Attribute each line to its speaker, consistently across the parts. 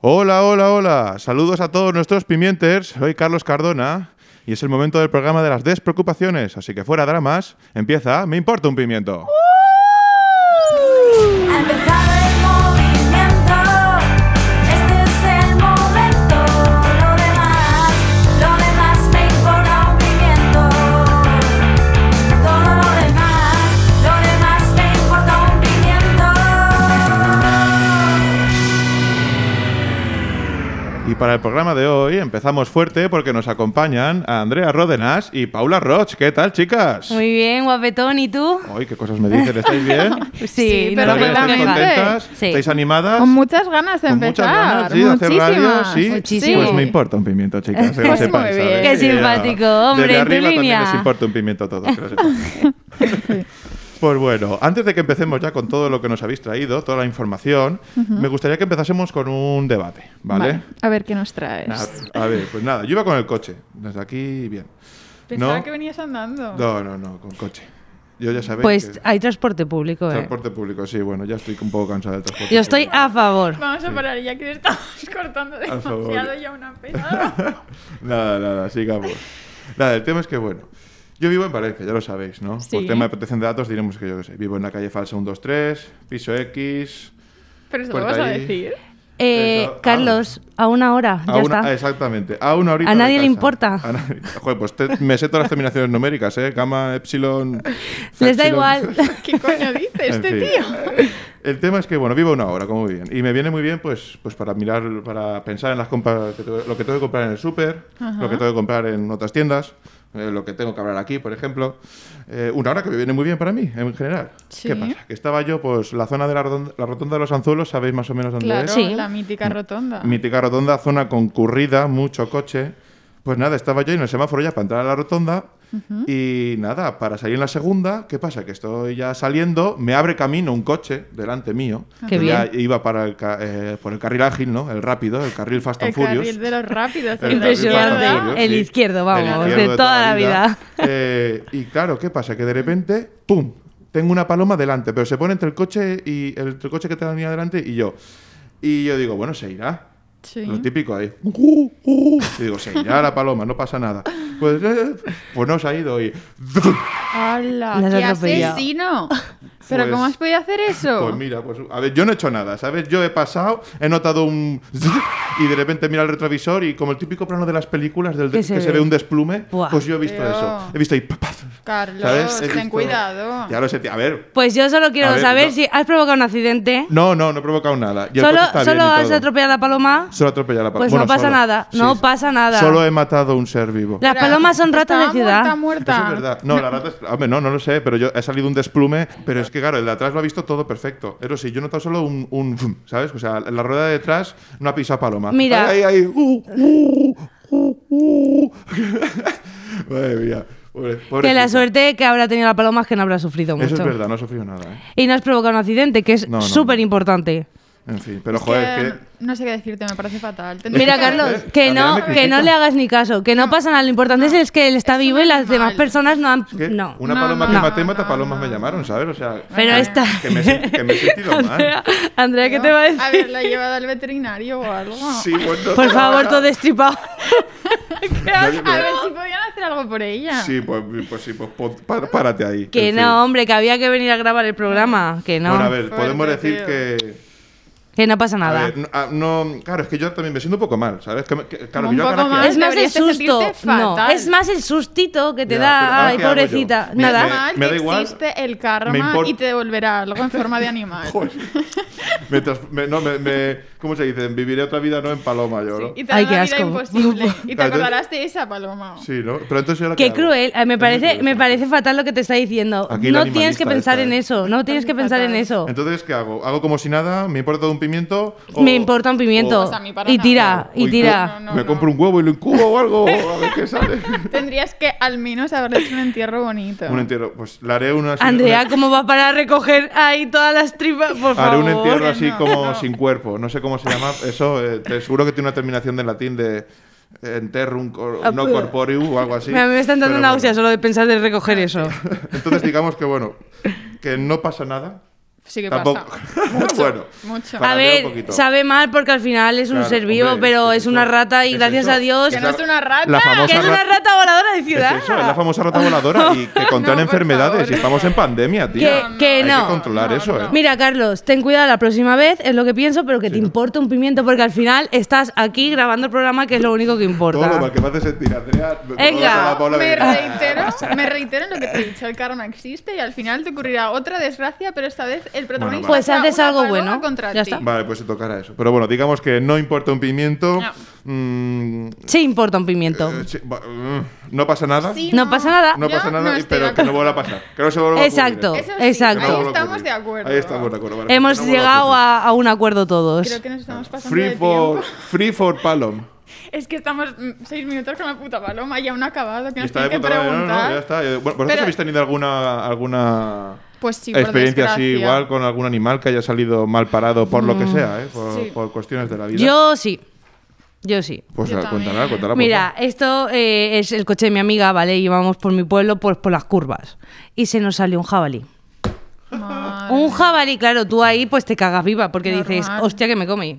Speaker 1: Hola, hola, hola. Saludos a todos nuestros pimienters. Soy Carlos Cardona y es el momento del programa de las despreocupaciones. Así que fuera dramas, empieza Me importa un pimiento.
Speaker 2: Ha empezado el movimiento, este es el momento, lo demás, lo demás me importa un pimiento, todo lo demás, lo demás me importa un pimiento.
Speaker 1: Y para el programa de hoy empezamos fuerte porque nos acompañan a Andrea Rodenas y Paula Roch. ¿Qué tal, chicas?
Speaker 3: Muy bien, guapetón, ¿y tú?
Speaker 1: Ay, qué cosas me dicen. ¿Estáis bien?
Speaker 3: Sí,
Speaker 4: Sí,
Speaker 3: no
Speaker 4: pero
Speaker 3: te
Speaker 1: ¿Estáis bien? ¿Estáis
Speaker 4: completamente.
Speaker 3: preocupes.
Speaker 1: contentas?
Speaker 3: Sí.
Speaker 1: ¿Estáis animadas?
Speaker 4: Con muchas ganas de
Speaker 1: Con muchas
Speaker 4: empezar.
Speaker 1: ganas, sí, de hacer radio,
Speaker 4: muchísimas.
Speaker 1: sí.
Speaker 3: Muchísimas.
Speaker 1: Pues me importa un pimiento, chicas. que lo
Speaker 4: Pues
Speaker 1: sepáis,
Speaker 4: muy
Speaker 1: ¿sabes?
Speaker 4: bien.
Speaker 3: Qué simpático,
Speaker 1: Desde
Speaker 3: hombre, en tu
Speaker 1: arriba también
Speaker 3: línea.
Speaker 1: les importa un pimiento a todos. que lo sepáis. Pues bueno, antes de que empecemos ya con todo lo que nos habéis traído, toda la información, me gustaría que empezásemos con un debate, ¿vale?
Speaker 4: Vale, A ver qué nos traes.
Speaker 1: A, a ver, pues nada, yo iba con el coche, desde aquí bien.
Speaker 4: Pensaba
Speaker 1: ¿No?
Speaker 4: que venías andando.
Speaker 1: No, no, no, con coche. Yo ya sabéis
Speaker 3: Pues
Speaker 1: que
Speaker 3: hay transporte público, ¿eh?
Speaker 1: transporte público, sí, bueno, ya estoy un poco cansado del transporte.
Speaker 3: Yo estoy
Speaker 1: público.
Speaker 3: a favor.
Speaker 4: Vamos a parar ya que estamos cortando
Speaker 1: favor.
Speaker 4: demasiado ya una pena.
Speaker 1: Nada, nada, sigamos. Nada, el tema es que, bueno, yo vivo en Valencia, ya lo sabéis, ¿no?
Speaker 4: Sí.
Speaker 1: Por tema de protección de datos diremos que yo qué sé. Vivo en la calle falsa 123, piso X.
Speaker 4: Pero eso lo
Speaker 1: Puerta
Speaker 4: vas a
Speaker 1: ahí.
Speaker 4: decir.
Speaker 3: Eh,
Speaker 1: Eso, ah.
Speaker 3: Carlos, a una hora,
Speaker 1: a
Speaker 3: Ah, ya
Speaker 1: una-
Speaker 3: está.
Speaker 1: Exactamente, a una horita
Speaker 3: A
Speaker 1: de
Speaker 3: nadie le
Speaker 1: casa.
Speaker 3: importa.
Speaker 1: A nadie- Joder, pues te- me sé todas las terminaciones numéricas, ¿eh? Gamma, epsilon.
Speaker 3: Les
Speaker 1: epsilon.
Speaker 3: da igual.
Speaker 4: ¿Qué coño dice este
Speaker 1: En fin.
Speaker 4: tío?
Speaker 1: El tema es que, bueno, vivo una hora, como muy bien. Y me viene muy bien, pues, pues para mirar, para pensar en las compras, que tengo- lo que tengo que comprar en el súper, lo que tengo que comprar en otras tiendas, eh, lo que tengo que hablar aquí, por ejemplo. Eh, una hora que me viene muy bien para mí, en general.
Speaker 4: Sí.
Speaker 1: ¿Qué pasa? Que estaba yo, pues, la zona de la rotonda, la rotonda de los anzuelos, sabéis más o menos dónde
Speaker 4: Claro,
Speaker 1: es.
Speaker 3: Sí.
Speaker 4: la mítica rotonda.
Speaker 3: Ah.
Speaker 1: Mítica rotonda, zona concurrida, mucho coche. Pues nada, estaba yo en el semáforo ya para entrar a la rotonda. Y nada, para salir en la segunda, ¿qué pasa? Que estoy ya saliendo, me abre camino un coche delante mío.
Speaker 3: Ah. Qué
Speaker 1: que Ya iba para el ca- eh, por el carril ágil, ¿no? El rápido, el carril Fast and
Speaker 4: el
Speaker 1: Furious.
Speaker 4: carril de los
Speaker 1: El
Speaker 4: rápidos. el de la
Speaker 3: Impresionante.
Speaker 4: izquierda.
Speaker 1: Furious,
Speaker 3: El
Speaker 1: sí.
Speaker 3: izquierdo, vamos,
Speaker 1: El
Speaker 3: de
Speaker 1: de
Speaker 3: toda la vida.
Speaker 1: Eh, y claro, ¿qué pasa? Que de repente, ¡pum! Tengo una paloma delante, pero se pone entre el coche y el, entre el coche que tenía delante y yo. Y yo digo, bueno, se irá.
Speaker 4: Sí.
Speaker 1: Lo típico ahí. "Ujú, ujú". Y digo, se irá la paloma, no pasa nada. Pues, eh, pues no se ha ido y.
Speaker 4: ¡Hala!
Speaker 3: Las
Speaker 4: ¡Qué
Speaker 3: atropellado.
Speaker 4: asesino! ¿Pero
Speaker 1: Pues-
Speaker 4: cómo has podido hacer eso?
Speaker 1: Pues mira, pues a ver, yo no he hecho nada, ¿sabes? Yo he pasado, he notado un y de repente mira el retrovisor y como el típico plano de las películas del
Speaker 3: Que
Speaker 1: que,
Speaker 3: se
Speaker 1: se,
Speaker 3: ve.
Speaker 1: ve un desplume,
Speaker 3: Buah.
Speaker 1: pues yo he visto
Speaker 4: Pero-
Speaker 1: eso. He visto ahí pa, pa,
Speaker 4: Carlos,
Speaker 1: ¿sabes? He
Speaker 4: ten
Speaker 1: visto-
Speaker 4: cuidado.
Speaker 1: Ya lo sé, tío. a ver.
Speaker 3: Pues yo solo quiero
Speaker 1: A ver,
Speaker 3: saber
Speaker 1: no.
Speaker 3: si has provocado un accidente.
Speaker 1: No, no, no he provocado nada. Y el
Speaker 3: solo
Speaker 1: coche está
Speaker 3: solo
Speaker 1: bien y
Speaker 3: has
Speaker 1: todo.
Speaker 3: atropellado a la paloma.
Speaker 1: Solo atropellado a la pa-
Speaker 3: Pues
Speaker 1: bueno,
Speaker 3: no pasa
Speaker 1: solo.
Speaker 3: nada,
Speaker 1: Sí,
Speaker 3: no
Speaker 1: sí.
Speaker 3: pasa nada.
Speaker 1: Solo he matado a un ser vivo.
Speaker 3: Las palomas son ratas de
Speaker 4: Estaba
Speaker 3: ciudad.
Speaker 4: Muerta,
Speaker 1: Eso
Speaker 4: muerta.
Speaker 1: es verdad. No, la rata es... Hombre, no, no lo sé, pero yo he salido un desplume, pero es que claro, el de atrás lo ha visto todo perfecto. Pero sí, yo he notado solo un, un fum, ¿sabes? O sea, la rueda de detrás no ha pisado paloma.
Speaker 3: Mira.
Speaker 1: Ay, ay, ay. Uh, uh, uh, uh. Madre mía. Pobre-
Speaker 3: Que
Speaker 1: pobrecita.
Speaker 3: la suerte que habrá tenido la paloma es que no habrá sufrido mucho.
Speaker 1: Eso es verdad, no ha sufrido nada. ¿eh?
Speaker 3: Y no has provocado un accidente, que es
Speaker 1: No, no.
Speaker 3: súper importante.
Speaker 1: En fin, pero Ah, joder, es que...
Speaker 4: No sé qué decirte, me parece fatal. Tendría
Speaker 3: Mira,
Speaker 4: que-
Speaker 3: Carlos,
Speaker 1: ¿eh?
Speaker 3: que
Speaker 1: A mí
Speaker 3: no,
Speaker 1: me critica.
Speaker 3: que no le hagas ni caso, que no pasa nada. Lo importante es que él está
Speaker 4: Es
Speaker 3: vivo
Speaker 4: un
Speaker 3: y las
Speaker 4: animal.
Speaker 3: demás personas no han.
Speaker 1: es que
Speaker 3: No.
Speaker 1: Una
Speaker 4: No,
Speaker 1: paloma
Speaker 4: no,
Speaker 1: que
Speaker 4: no,
Speaker 1: maté, mata
Speaker 4: no,
Speaker 1: palomas me
Speaker 4: no.
Speaker 1: llamaron, ¿sabes? O sea,
Speaker 3: Pero
Speaker 1: que-
Speaker 3: esta.
Speaker 1: que me, he sen- que me he sentido mal.
Speaker 3: Andrea, Andrea, ¿qué te va a decir?
Speaker 4: A ver, la he llevado al veterinario o algo.
Speaker 1: Sí, bueno,
Speaker 3: Por favor,
Speaker 1: ahora-
Speaker 3: todo destripado.
Speaker 4: A
Speaker 1: yo
Speaker 4: ver
Speaker 1: creo-
Speaker 4: si podían hacer algo por ella.
Speaker 1: Sí, pues, pues sí, pues pon- pa- párate ahí.
Speaker 3: Que
Speaker 1: en fin.
Speaker 3: no, hombre, que había que venir a grabar el programa. Que no.
Speaker 1: Bueno, a ver, podemos
Speaker 4: Fuerte,
Speaker 1: decir
Speaker 4: tío.
Speaker 1: que.
Speaker 3: Que no pasa
Speaker 1: a
Speaker 3: nada.
Speaker 1: ver, no- ah, no, claro, es que yo también me siento un poco mal, ¿sabes? Que me- que- claro,
Speaker 4: Un
Speaker 1: yo
Speaker 4: poco
Speaker 1: ahora que-
Speaker 4: mal.
Speaker 3: es más el
Speaker 4: Ah, Deberías de
Speaker 3: susto.
Speaker 4: sentirte
Speaker 3: No,
Speaker 4: fatal.
Speaker 3: es más el sustito que te
Speaker 1: Ya, pero
Speaker 3: da.
Speaker 1: ahora,
Speaker 3: Ay,
Speaker 1: ¿qué hago yo?
Speaker 3: pobrecita.
Speaker 1: Me-
Speaker 3: Nada.
Speaker 4: Menos mal
Speaker 1: me
Speaker 4: que
Speaker 1: da igual.
Speaker 4: existe el
Speaker 1: Me
Speaker 4: karma
Speaker 1: import-
Speaker 4: y te devolverá algo en forma de animal.
Speaker 1: me tras- me- no, me- me- ¿Cómo se dice? Viviré otra vida, no en paloma, yo, ¿no?
Speaker 4: Y te
Speaker 3: Ay,
Speaker 4: dará
Speaker 3: qué
Speaker 4: vida
Speaker 3: asco.
Speaker 4: imposible. Y te
Speaker 1: Claro,
Speaker 4: acordarás de esa paloma.
Speaker 1: Sí, ¿no? Pero entonces yo ahora
Speaker 3: Qué
Speaker 1: qué hago?
Speaker 3: cruel, eh, me
Speaker 1: Es muy
Speaker 3: parece,
Speaker 1: cruel.
Speaker 3: me parece fatal lo que te está diciendo.
Speaker 1: Aquí la
Speaker 3: no tienes que
Speaker 1: animalista
Speaker 3: pensar
Speaker 1: esta,
Speaker 3: en
Speaker 1: eh.
Speaker 3: eso, no tienes que pensar en
Speaker 4: fatal.
Speaker 3: eso.
Speaker 1: Entonces, ¿qué hago? ¿Hago como si nada? ¿Me importa todo un pimiento? O-
Speaker 3: Me importa un pimiento.
Speaker 1: o-
Speaker 4: sea, Pues a mí para
Speaker 3: y
Speaker 4: nada.
Speaker 3: tira,
Speaker 1: o
Speaker 3: y
Speaker 1: incu-
Speaker 3: tira.
Speaker 4: No, no,
Speaker 1: ¿Me
Speaker 4: no.
Speaker 1: compro un huevo y lo incubo o algo? A ver qué sale.
Speaker 4: Tendrías que al menos haberle hecho un entierro bonito.
Speaker 1: un entierro. Pues le haré una.
Speaker 3: Andrea, ¿cómo va para recoger ahí todas las tripas? Por favor.
Speaker 1: Haré un entierro así
Speaker 4: No,
Speaker 1: como
Speaker 4: no.
Speaker 1: sin cuerpo, no sé cómo se llama. Eso, eh, te seguro que tiene una terminación de latín de eh, enterrum cor-
Speaker 3: Ah,
Speaker 1: no
Speaker 3: pues.
Speaker 1: corporeum o algo así.
Speaker 3: Me, me están dando
Speaker 1: Pero
Speaker 3: náuseas
Speaker 1: bueno. Ah,
Speaker 3: solo de pensar de recoger eso.
Speaker 1: Entonces digamos que bueno, que no pasa nada,
Speaker 4: sí que
Speaker 1: Tampoco.
Speaker 4: pasa. Mucho,
Speaker 1: Bueno.
Speaker 4: Mucho.
Speaker 1: Para-
Speaker 3: A
Speaker 1: Parpadea un
Speaker 3: ver,
Speaker 1: poquito.
Speaker 3: sabe mal porque al final es un
Speaker 1: Claro,
Speaker 3: ser vivo,
Speaker 1: hombre,
Speaker 3: pero
Speaker 1: ¿qué
Speaker 3: es una
Speaker 1: eso?
Speaker 3: rata y
Speaker 1: ¿Qué es
Speaker 3: gracias
Speaker 1: eso?
Speaker 3: a Dios.
Speaker 4: Que no es una rata.
Speaker 1: La famosa
Speaker 3: que es una
Speaker 1: rata-
Speaker 3: rata voladora de
Speaker 1: ¿Qué es
Speaker 3: ciudad.
Speaker 1: eso? Es la famosa rata voladora y que contraen
Speaker 4: No, por
Speaker 1: enfermedades.
Speaker 4: favor.
Speaker 1: y estamos en pandemia, tío.
Speaker 4: Que-
Speaker 1: Hay
Speaker 4: que
Speaker 3: no.
Speaker 1: que controlar
Speaker 4: No,
Speaker 1: eso,
Speaker 4: no.
Speaker 1: ¿eh?
Speaker 3: Mira, Carlos, ten cuidado la próxima vez, es lo que pienso, pero que te importa un pimiento porque al final estás aquí grabando el programa, que es lo único que importa.
Speaker 1: Todo lo mal que me hace sentir, Andrea. me-
Speaker 3: Venga.
Speaker 1: todo lo que la Paula
Speaker 4: me
Speaker 1: me-
Speaker 4: reitero, me reitero en lo que te he dicho, el karma existe y al final te ocurrirá otra desgracia, pero esta vez el protagonista
Speaker 1: vale.
Speaker 3: Pues haces
Speaker 4: será una
Speaker 3: algo
Speaker 4: paloma
Speaker 3: bueno,
Speaker 4: contra
Speaker 3: ya
Speaker 4: ti.
Speaker 3: está.
Speaker 1: Vale, pues se tocará eso. Pero bueno, digamos que no importa un pimiento.
Speaker 4: No.
Speaker 1: mm,
Speaker 3: Sí importa un pimiento.
Speaker 1: eh, sí, va- mm, no pasa nada.
Speaker 4: Sí,
Speaker 3: No pasa nada.
Speaker 1: No
Speaker 4: Yo
Speaker 1: pasa nada,
Speaker 4: no
Speaker 1: y-
Speaker 4: estoy de
Speaker 1: pero que no
Speaker 4: acuerdo.
Speaker 1: vuelva a pasar. Que no se vuelva a ocurrir.
Speaker 3: Exacto.
Speaker 1: Que
Speaker 4: Eso sí,
Speaker 3: Exacto.
Speaker 1: no vuelva a
Speaker 4: Ahí
Speaker 1: ocurrir.
Speaker 4: estamos de acuerdo.
Speaker 1: Ahí estamos de acuerdo. vale,
Speaker 3: Hemos
Speaker 1: que no vuelva
Speaker 3: llegado
Speaker 1: ocurrir.
Speaker 3: a, a un acuerdo todos.
Speaker 4: Creo que nos estamos pasando de
Speaker 1: Free for,
Speaker 4: tiempo.
Speaker 1: free for Palom.
Speaker 4: Es que estamos mm, seis minutos con la puta paloma y aún no ha acabado, que
Speaker 1: Y
Speaker 4: nos
Speaker 1: está de
Speaker 4: tienen que
Speaker 1: puta madre, no, no,
Speaker 4: preguntar.
Speaker 1: ya está. Eh, Bueno, ¿Vosotros
Speaker 4: Pero-
Speaker 1: habéis tenido alguna, alguna
Speaker 4: Pues sí, por
Speaker 1: experiencia así
Speaker 4: desgracia.
Speaker 1: igual con algún animal que haya salido mal parado por lo que sea, eh? por,
Speaker 4: sí.
Speaker 1: por cuestiones de la vida?
Speaker 3: Mm. Yo sí. Yo sí.
Speaker 1: Pues
Speaker 4: Yo
Speaker 1: ah,
Speaker 4: también.
Speaker 1: cuéntala, cuéntala. por
Speaker 3: Mira, esto eh, es el coche de mi amiga, ¿vale? Íbamos por mi pueblo pues, por las curvas. Y se nos salió un jabalí.
Speaker 4: Madre.
Speaker 3: Un jabalí, claro, tú ahí pues te cagas viva porque dices,
Speaker 4: Normal.
Speaker 3: hostia, que me come.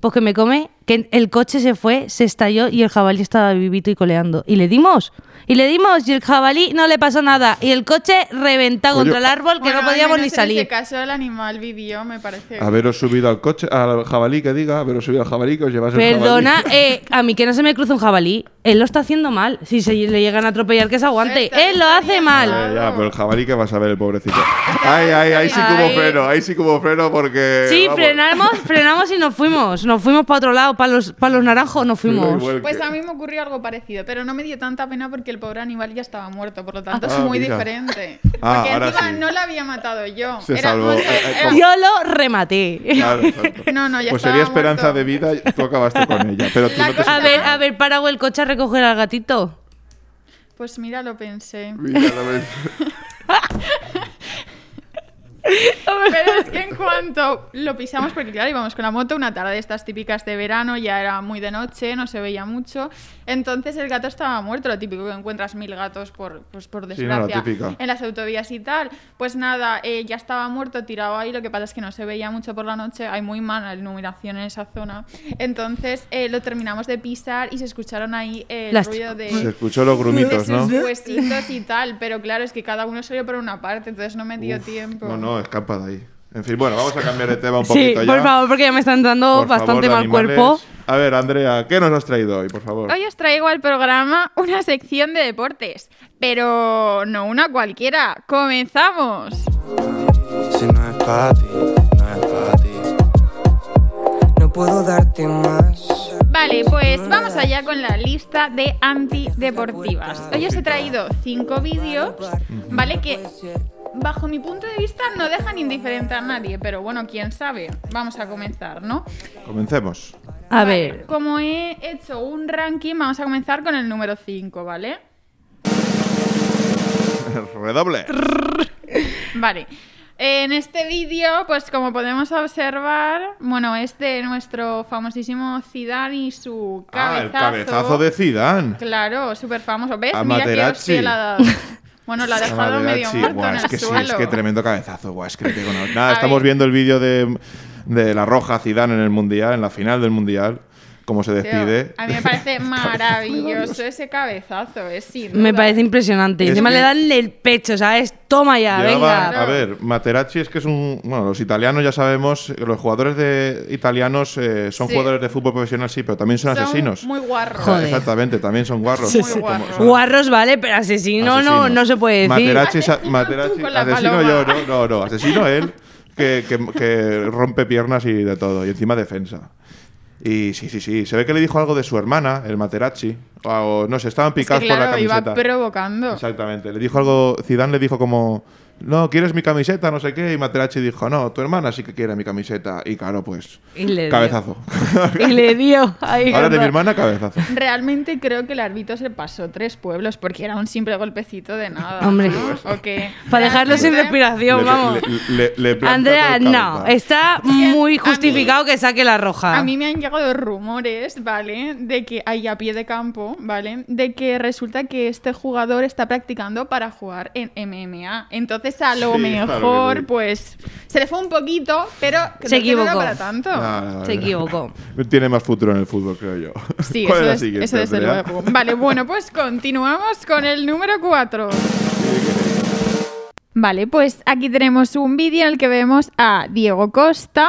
Speaker 3: Pues que me come, que el coche se fue, se estalló y el jabalí estaba vivito y coleando. Y le dimos, y le dimos, y el jabalí no le pasó nada. Y el coche reventado
Speaker 1: Coño.
Speaker 3: contra el árbol que
Speaker 4: Bueno,
Speaker 3: no
Speaker 4: al
Speaker 3: podíamos ni
Speaker 4: menos En
Speaker 3: salir.
Speaker 4: ese caso el animal vivió, me parece.
Speaker 1: favor. Haberos subido al coche, al jabalí que diga, haberos subido al jabalí que os llevas el
Speaker 3: Perdona,
Speaker 1: jabalí.
Speaker 3: eh, a mí que no se me cruza un jabalí. Él lo está haciendo mal. Si se le llegan a atropellar, que se aguante.
Speaker 4: Esta
Speaker 3: Él lo hace
Speaker 4: historia
Speaker 3: mal.
Speaker 4: mal.
Speaker 1: Ya, Eh, ya, pero el jabalí que vas a ver, el pobrecito. Ay, ay, ahí sí que
Speaker 3: Ay.
Speaker 1: hubo freno, ahí sí que hubo freno porque.
Speaker 3: Sí,
Speaker 1: Eh, vamos,
Speaker 3: frenamos, frenamos y nos fuimos. Nos fuimos para otro lado, para los, pa' los naranjos, nos
Speaker 1: freno
Speaker 3: fuimos.
Speaker 1: igual
Speaker 4: Pues
Speaker 1: que-
Speaker 4: a mí me ocurrió algo parecido, pero no me dio tanta pena porque el pobre animal ya estaba muerto, por lo tanto es
Speaker 1: Ah,
Speaker 4: muy
Speaker 1: mira.
Speaker 4: diferente.
Speaker 1: Ah,
Speaker 4: porque
Speaker 1: ahora
Speaker 4: encima
Speaker 1: sí.
Speaker 4: no la había matado yo.
Speaker 1: Se salvó.
Speaker 4: o sea,
Speaker 1: Eh, eh,
Speaker 4: era-
Speaker 1: como-
Speaker 3: Yo lo rematé.
Speaker 1: Claro, exacto.
Speaker 4: No, no, ya
Speaker 1: Pues
Speaker 4: estaba
Speaker 1: sería esperanza
Speaker 4: muerto.
Speaker 1: de vida, tú acabaste con ella. Pero tú
Speaker 4: La
Speaker 1: no te
Speaker 4: cosa-
Speaker 3: A ver, a ver, parado el coche a recoger al gatito.
Speaker 4: Pues mira, lo pensé.
Speaker 1: Mira, la verdad.
Speaker 4: Pero es que en cuanto lo pisamos, porque claro, íbamos con la moto una tarde de estas típicas de verano, ya era muy de noche, no se veía mucho. Entonces el gato estaba muerto, lo típico que encuentras mil gatos por, pues, por
Speaker 1: Sí, no, lo
Speaker 4: desgracia
Speaker 1: típico.
Speaker 4: en las autovías y tal. Pues nada, eh, ya estaba muerto, tirado ahí, lo que pasa es que no se veía mucho por la noche, hay muy mala iluminación en esa zona. Entonces eh, lo terminamos de pisar y se escucharon ahí eh, el
Speaker 3: Plástico.
Speaker 4: ruido de...
Speaker 1: Se escuchó los grumitos, ¿no?
Speaker 4: de sus huesitos y tal, pero claro, es que cada uno salió por una parte, entonces no me dio tiempo.
Speaker 1: No, no, escapa de ahí. En fin, bueno, vamos a cambiar de tema un
Speaker 3: Sí,
Speaker 1: poquito ya.
Speaker 3: por favor, porque ya me está entrando
Speaker 1: Por
Speaker 3: bastante
Speaker 1: favor,
Speaker 3: mal
Speaker 1: animales.
Speaker 3: cuerpo.
Speaker 1: A ver, Andrea, ¿qué nos has traído hoy, por favor?
Speaker 4: Hoy os traigo al programa una sección de deportes, pero no una cualquiera. ¡Comenzamos!
Speaker 5: Si no es para ti, no es para ti.
Speaker 6: No puedo darte más.
Speaker 4: Vale, pues vamos allá con la lista de antideportivas. Hoy os he traído cinco vídeos, ¿vale? Que bajo mi punto de vista no dejan indiferente a nadie, pero bueno, quién sabe. Vamos a comenzar, ¿no?
Speaker 1: Comencemos.
Speaker 3: A
Speaker 4: Vale,
Speaker 3: ver,
Speaker 4: Como he hecho un ranking, vamos a comenzar con el número 5, ¿vale?
Speaker 1: Redoble.
Speaker 4: Vale. En este vídeo, pues como podemos observar, bueno, es de nuestro famosísimo Zidane y su
Speaker 1: Ah,
Speaker 4: cabezazo.
Speaker 1: el cabezazo de Zidane.
Speaker 4: Claro, súper famoso. ¿Ves?
Speaker 1: A
Speaker 4: Mira que os
Speaker 1: Materazzi.
Speaker 4: la ha dado. Bueno, la ha dejado medio
Speaker 1: Camaderazzi.
Speaker 4: muerto
Speaker 1: Buah,
Speaker 4: en el
Speaker 1: es que
Speaker 4: suelo.
Speaker 1: sí, es que tremendo cabezazo. Buah, es que le pego una- Nada,
Speaker 4: A
Speaker 1: estamos
Speaker 4: ver.
Speaker 1: viendo el vídeo de, de la roja Zidane en el Mundial, en la final del Mundial, cómo se
Speaker 4: Tío,
Speaker 1: despide.
Speaker 4: a mí me parece maravilloso ese cabezazo, es sin
Speaker 3: me
Speaker 4: duda.
Speaker 3: parece impresionante. Y
Speaker 1: Es
Speaker 3: encima
Speaker 1: que-
Speaker 3: le dan el pecho, ¿sabes? Toma ya,
Speaker 1: Llevaba-
Speaker 3: venga.
Speaker 1: A ver, Materazzi es que es un. Bueno, los italianos ya sabemos, los jugadores de italianos eh, son
Speaker 4: Sí.
Speaker 1: jugadores de fútbol profesional, sí, pero también son,
Speaker 4: Son
Speaker 1: asesinos.
Speaker 4: Muy guarro.
Speaker 3: Joder.
Speaker 1: Exactamente, también son guarros.
Speaker 4: Muy
Speaker 1: Como-
Speaker 4: guarros.
Speaker 1: son
Speaker 3: Guarros, vale, pero asesino, no,
Speaker 1: asesinos.
Speaker 3: no se puede decir.
Speaker 1: Materazzi, es a-
Speaker 4: Asesino
Speaker 1: Materazzi-
Speaker 4: tú con la
Speaker 1: asesino
Speaker 4: paloma.
Speaker 1: yo, no, no, no, asesino él, que, que- que rompe piernas y de todo, y encima defensa. Y sí, sí, sí, se ve que le dijo algo de su hermana, el Materazzi, o, o no sé, estaban
Speaker 4: Es que
Speaker 1: picados por la
Speaker 4: claro,
Speaker 1: camiseta.
Speaker 4: iba provocando.
Speaker 1: Exactamente, le dijo algo, Zidane le dijo como, no, ¿quieres mi camiseta? No sé qué, y Materazzi dijo, no, tu hermana sí que quiere mi camiseta, y claro, pues,
Speaker 3: Y le dio.
Speaker 1: cabezazo.
Speaker 3: Y le dio. Ahí
Speaker 1: Ahora de mi
Speaker 3: cuando-
Speaker 1: hermana, cabezazo.
Speaker 4: Realmente creo que el árbitro se pasó tres pueblos porque era un simple golpecito de nada.
Speaker 3: Hombre.
Speaker 4: ¿no? ¿O qué?
Speaker 3: Para dejarlo sin
Speaker 4: Realmente,
Speaker 3: respiración,
Speaker 1: Le-
Speaker 3: vamos.
Speaker 1: le- le- le planta
Speaker 3: Andrea,
Speaker 1: todo el
Speaker 3: no.
Speaker 1: cabezazo.
Speaker 3: Está
Speaker 4: que
Speaker 3: muy
Speaker 4: a mí-
Speaker 3: justificado que saque la roja.
Speaker 4: A mí me han llegado rumores, ¿vale? De que hay a pie de campo, ¿vale? De que resulta que este jugador está practicando para jugar en MMA. Entonces Entonces, a lo
Speaker 1: Sí,
Speaker 4: mejor,
Speaker 1: claro que sí.
Speaker 4: pues se le fue un poquito, pero creo
Speaker 3: Se
Speaker 4: que no era
Speaker 3: equivocó.
Speaker 4: para tanto.
Speaker 1: No, no, no.
Speaker 3: Se equivocó.
Speaker 1: Tiene más futuro en el fútbol, creo yo.
Speaker 4: Sí,
Speaker 1: ¿Cuál es
Speaker 4: eso,
Speaker 1: la
Speaker 4: des-
Speaker 1: siguiente,
Speaker 4: eso desde
Speaker 1: Andrea?
Speaker 4: luego. Vale, bueno, pues continuamos con el número 4. Vale, pues aquí tenemos un vídeo en el que vemos a Diego Costa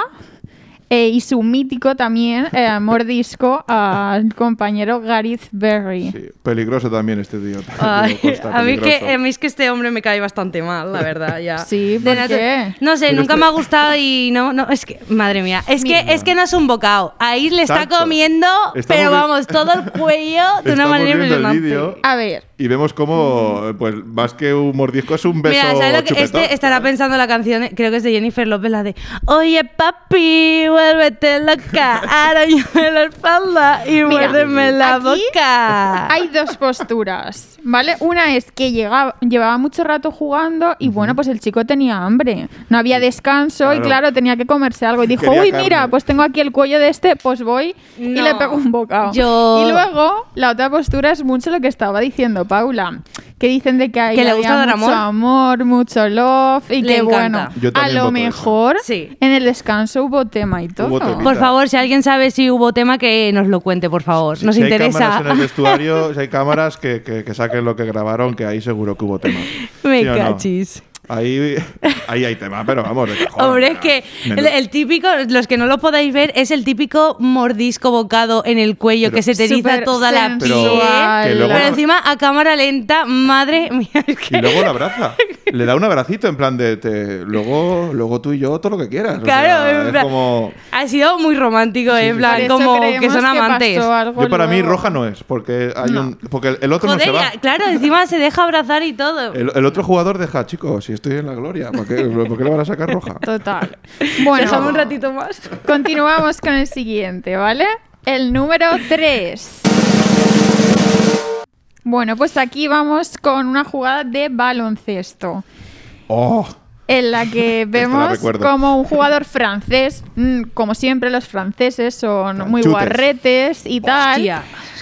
Speaker 4: eh, y su mítico también eh, mordisco al compañero Gareth Berry.
Speaker 1: Sí, peligroso también este tío.
Speaker 3: Ay,
Speaker 1: Diego Costa,
Speaker 3: a, mí es que,
Speaker 1: peligroso.
Speaker 3: a mí es que este hombre me cae bastante mal, la verdad, ya.
Speaker 4: Sí, ¿por
Speaker 3: natu-
Speaker 4: qué?
Speaker 3: No sé,
Speaker 1: Pero
Speaker 3: nunca
Speaker 1: este-
Speaker 3: me ha gustado y no, no, es que, madre mía, es que, es que no es un bocado. Ahí le está
Speaker 1: Exacto.
Speaker 3: comiendo,
Speaker 1: Estamos
Speaker 3: pero
Speaker 1: vi-
Speaker 3: vamos, todo el cuello de una
Speaker 1: Estamos
Speaker 3: manera
Speaker 1: viendo el
Speaker 3: impresionante.
Speaker 1: vídeo.
Speaker 4: A ver,
Speaker 1: Y vemos como, pues, más que un mordisco, es un beso
Speaker 3: Mira, ¿sabes lo que
Speaker 1: chupetón.
Speaker 3: este estará pensando la canción? eh, Creo que es de Jennifer López, la de Oye, papi, vuélvete loca, arañame la espalda y muérdeme la
Speaker 4: aquí
Speaker 3: boca.
Speaker 4: Hay dos posturas, ¿vale? Una es que llegaba, llevaba mucho rato jugando y bueno, pues el chico tenía hambre. No había descanso y
Speaker 1: Claro.
Speaker 4: claro, tenía que comerse algo. Y dijo,
Speaker 1: Quería
Speaker 4: uy,
Speaker 1: carne".
Speaker 4: mira, pues tengo aquí el cuello de este, pues voy y
Speaker 3: No.
Speaker 4: le pego un bocado.
Speaker 3: Yo-
Speaker 4: Y luego, la otra postura es mucho lo que estaba diciendo Paula, que dicen de que, ahí
Speaker 3: Que le
Speaker 4: había
Speaker 3: gusta dar
Speaker 4: mucho amor, mucho love y
Speaker 3: Le
Speaker 4: que
Speaker 3: encanta.
Speaker 4: bueno,
Speaker 1: Yo
Speaker 4: a
Speaker 1: también
Speaker 4: lo
Speaker 1: voto eso.
Speaker 4: mejor
Speaker 3: Sí.
Speaker 4: en el descanso hubo tema y todo.
Speaker 1: Hubo temita.
Speaker 3: Por favor, si alguien sabe si hubo tema, que nos lo cuente, por favor.
Speaker 1: Si-
Speaker 3: nos
Speaker 1: si Hay
Speaker 3: interesa.
Speaker 1: cámaras en el vestuario, si hay cámaras que, que- que saquen lo que grabaron, que ahí seguro que hubo tema.
Speaker 3: Me
Speaker 1: ¿Sí o no?
Speaker 3: cachis.
Speaker 1: Ahí, ahí hay tema, pero vamos. de cajón,
Speaker 3: Hombre, es
Speaker 1: ¿no?
Speaker 3: que el,
Speaker 1: Menudo.
Speaker 3: el típico, los que no lo podáis ver, es el típico mordisco bocado en el cuello
Speaker 1: Pero-
Speaker 3: que se te eriza
Speaker 4: Súper
Speaker 3: toda la piel.
Speaker 1: Pero- que
Speaker 4: sensual.
Speaker 1: luego-
Speaker 3: Pero encima a cámara lenta, madre mía. es que-
Speaker 1: Y luego la abraza. Le da un abracito en plan de. te- luego, luego tú y yo, todo lo que quieras. O
Speaker 3: Claro,
Speaker 1: sea,
Speaker 3: en
Speaker 1: es
Speaker 3: plan-
Speaker 1: como.
Speaker 3: Ha sido muy romántico, eh, en
Speaker 1: sí,
Speaker 4: Por
Speaker 3: plan,
Speaker 4: eso
Speaker 3: como que
Speaker 4: creemos
Speaker 3: son amantes.
Speaker 4: pasó algo
Speaker 1: Yo para mí
Speaker 4: luego.
Speaker 1: roja no es, porque hay un. Porque el otro
Speaker 3: Joder,
Speaker 1: no se va.
Speaker 3: ya- claro, encima se deja abrazar y todo.
Speaker 1: El, el otro jugador deja, chicos, si estoy en la gloria, ¿por qué, por qué le van a sacar roja?
Speaker 4: Total. Bueno,
Speaker 3: Déjame un ratito más.
Speaker 4: continuamos con el siguiente, ¿vale? El número 3. Bueno, pues aquí vamos con una jugada de baloncesto
Speaker 1: ¡Oh!
Speaker 4: en la que vemos
Speaker 1: recuerdo.
Speaker 4: como un jugador francés, mm, como siempre los franceses son muy
Speaker 1: Franchutes.
Speaker 4: guarretes y tal,
Speaker 3: Hostia.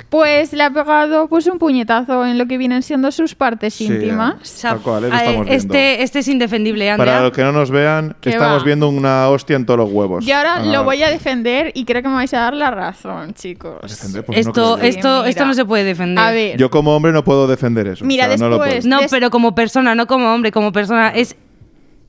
Speaker 4: pues le ha pegado pues un puñetazo en lo que vienen siendo sus partes
Speaker 1: Sí,
Speaker 4: íntimas.
Speaker 1: Tal cual, eh, lo
Speaker 3: a-
Speaker 1: estamos viendo.
Speaker 3: este, este es indefendible, Andrea.
Speaker 1: Para los que no nos vean,
Speaker 4: ¿Qué
Speaker 1: estamos
Speaker 4: va?
Speaker 1: viendo una hostia en todos los huevos.
Speaker 3: Pues,
Speaker 4: Y ahora
Speaker 1: Ah,
Speaker 4: lo voy a defender y creo que me vais a dar la razón, chicos.
Speaker 1: pues defender, pues no
Speaker 3: esto,
Speaker 1: creo
Speaker 4: que-
Speaker 3: esto,
Speaker 4: Sí,
Speaker 3: esto
Speaker 4: mira.
Speaker 3: no se puede defender.
Speaker 4: A
Speaker 1: yo.
Speaker 4: ver, este
Speaker 1: Yo como hombre no puedo defender eso.
Speaker 4: Mira,
Speaker 1: o sea, no lo
Speaker 4: después-
Speaker 1: puedo.
Speaker 3: No,
Speaker 4: Des-
Speaker 3: pero como persona, no como hombre, como persona es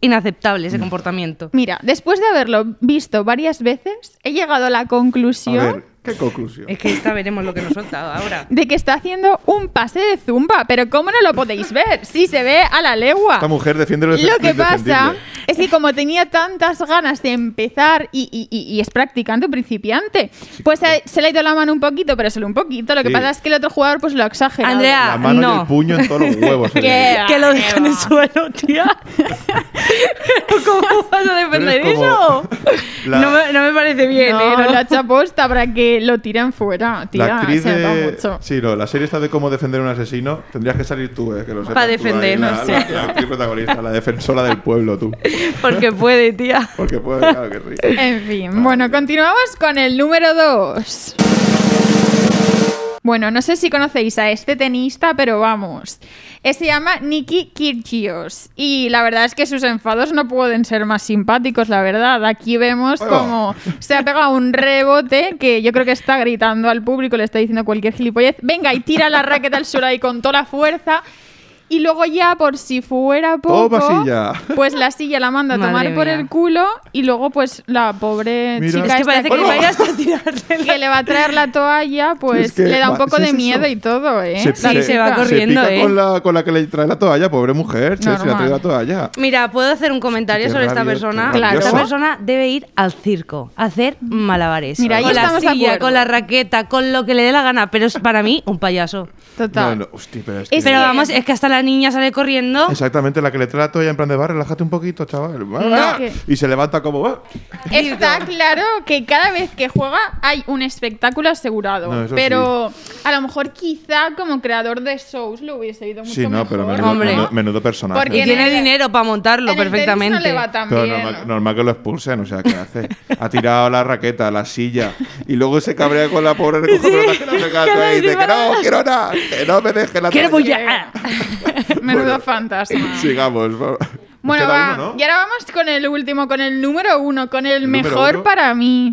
Speaker 3: inaceptable
Speaker 1: Mm.
Speaker 3: ese comportamiento.
Speaker 4: mira, después de haberlo visto varias veces, he llegado a la conclusión
Speaker 1: A ver, ¿qué conclusión?
Speaker 3: Es que esta veremos lo que nos solta ahora.
Speaker 4: de que está haciendo un pase de zumba, pero ¿cómo no lo podéis ver? Si se ve a la legua.
Speaker 1: Esta mujer defiende lo defe-
Speaker 4: Lo que pasa
Speaker 1: indefendible.
Speaker 4: es que como tenía tantas ganas de empezar y, y- y- y es practicante, principiante, pues se- se le ha ido la mano un poquito, pero solo un poquito. Lo que
Speaker 1: Sí.
Speaker 4: pasa es que el otro jugador pues lo ha exagerado.
Speaker 3: Andrea.
Speaker 1: La mano y
Speaker 3: no.
Speaker 1: el puño en todos los huevos.
Speaker 4: ¿Qué?
Speaker 1: eh.
Speaker 3: Que lo dejan en el suelo, tía. ¿Pero ¿Cómo vas a defender
Speaker 1: Pero es como-
Speaker 3: eso?
Speaker 1: La-
Speaker 3: No, me, no me parece bien,
Speaker 4: No,
Speaker 3: ¿eh? No,
Speaker 4: no lo ha
Speaker 3: no.
Speaker 4: hecho aposta para que lo tiren fuera, tía.
Speaker 1: La actriz
Speaker 4: se nota
Speaker 1: de...
Speaker 4: mucho.
Speaker 1: Sí, no, la serie está de cómo defender a un asesino. Tendrías que salir tú, eh, que lo sepas tú
Speaker 3: defender,
Speaker 1: ahí, la,
Speaker 3: no sé.
Speaker 1: la- la actriz protagonista, la defensora del pueblo, tú.
Speaker 3: Porque puede, tía.
Speaker 1: Porque puede, claro que sí.
Speaker 4: En fin, bueno, continuamos con el número 2. Bueno, no sé si conocéis a este tenista, pero vamos. Eh, Se llama Nicky Kyrgios y la verdad es que sus enfados no pueden ser más simpáticos, la verdad. Aquí vemos
Speaker 1: Bueno.
Speaker 4: como se ha pegado un rebote que yo creo que está gritando al público, le está diciendo cualquier gilipollez, venga y tira la raqueta al suelo ahí con toda la fuerza. Y luego ya, por si fuera poco,
Speaker 1: Toma, silla.
Speaker 4: pues la silla la manda a
Speaker 3: Madre
Speaker 4: tomar por
Speaker 3: mía.
Speaker 4: el culo y luego pues la pobre
Speaker 1: Mira.
Speaker 4: chica
Speaker 1: Es
Speaker 3: Es que
Speaker 4: esta
Speaker 3: parece que
Speaker 1: ¡Hola!
Speaker 3: vayas a tirarle la-
Speaker 4: que le va a traer la toalla, pues
Speaker 1: Es que
Speaker 4: le da un
Speaker 1: va-
Speaker 4: poco
Speaker 1: sí,
Speaker 4: de
Speaker 1: es eso.
Speaker 4: miedo y todo, ¿eh?
Speaker 1: Se-
Speaker 4: La
Speaker 3: sí, se va
Speaker 4: chica.
Speaker 3: corriendo.
Speaker 1: se pica
Speaker 3: ¿eh?
Speaker 1: con, la, con la que le trae la toalla, pobre mujer. che, Si la
Speaker 4: Normal.
Speaker 1: trae la toalla.
Speaker 3: Mira, puedo hacer un comentario
Speaker 1: Qué
Speaker 3: sobre esta
Speaker 1: rabia,
Speaker 3: persona.
Speaker 1: qué
Speaker 4: Claro.
Speaker 3: Esta
Speaker 4: rabioso.
Speaker 3: persona debe ir al circo, a hacer malabares.
Speaker 4: Mira, ahí
Speaker 3: con la
Speaker 4: estamos de
Speaker 3: silla,
Speaker 4: acuerdo.
Speaker 3: con la raqueta, con lo que le dé la gana. Pero es para mí un payaso.
Speaker 4: Total.
Speaker 1: No, no, hostia, pero es
Speaker 4: Es
Speaker 1: que-
Speaker 3: Pero
Speaker 4: que-
Speaker 3: vamos, es que hasta la niña sale corriendo.
Speaker 1: Exactamente, la que le trae la toalla en plan de va, relájate un poquito, chaval. Va, va.
Speaker 4: que-
Speaker 1: Y se levanta como va.
Speaker 4: Está claro que cada vez que juega hay un espectáculo asegurado,
Speaker 1: No, eso
Speaker 4: pero a lo mejor quizá como creador de shows lo hubiese ido mucho
Speaker 1: Sí, no,
Speaker 4: mejor,
Speaker 1: pero menudo,
Speaker 3: Hombre.
Speaker 1: menudo- menudo personaje.
Speaker 4: Porque
Speaker 3: Y
Speaker 4: en
Speaker 3: tiene
Speaker 4: el-
Speaker 3: dinero para montarlo
Speaker 4: En el tenis
Speaker 3: perfectamente.
Speaker 4: no le va tan
Speaker 1: Pero
Speaker 4: bien.
Speaker 1: normal, normal que lo expulsen, o sea, ¿qué hace? Ha tirado la raqueta, la silla, y luego se cabrea con la pobre recogedora que no se cae
Speaker 3: que
Speaker 1: y
Speaker 3: le
Speaker 1: dice que
Speaker 3: dispara.
Speaker 1: no, quiero nada, que no me deje la
Speaker 3: Quiero
Speaker 1: toalla.
Speaker 3: follar.
Speaker 4: Eh, Menudo
Speaker 1: Bueno,
Speaker 4: fantasma.
Speaker 1: Sigamos. va.
Speaker 4: Bueno,
Speaker 1: queda
Speaker 4: va.
Speaker 1: uno, ¿no?
Speaker 4: Y ahora vamos con el último, con el número uno, con el,
Speaker 1: ¿El número
Speaker 4: mejor
Speaker 1: uno?
Speaker 4: para mí.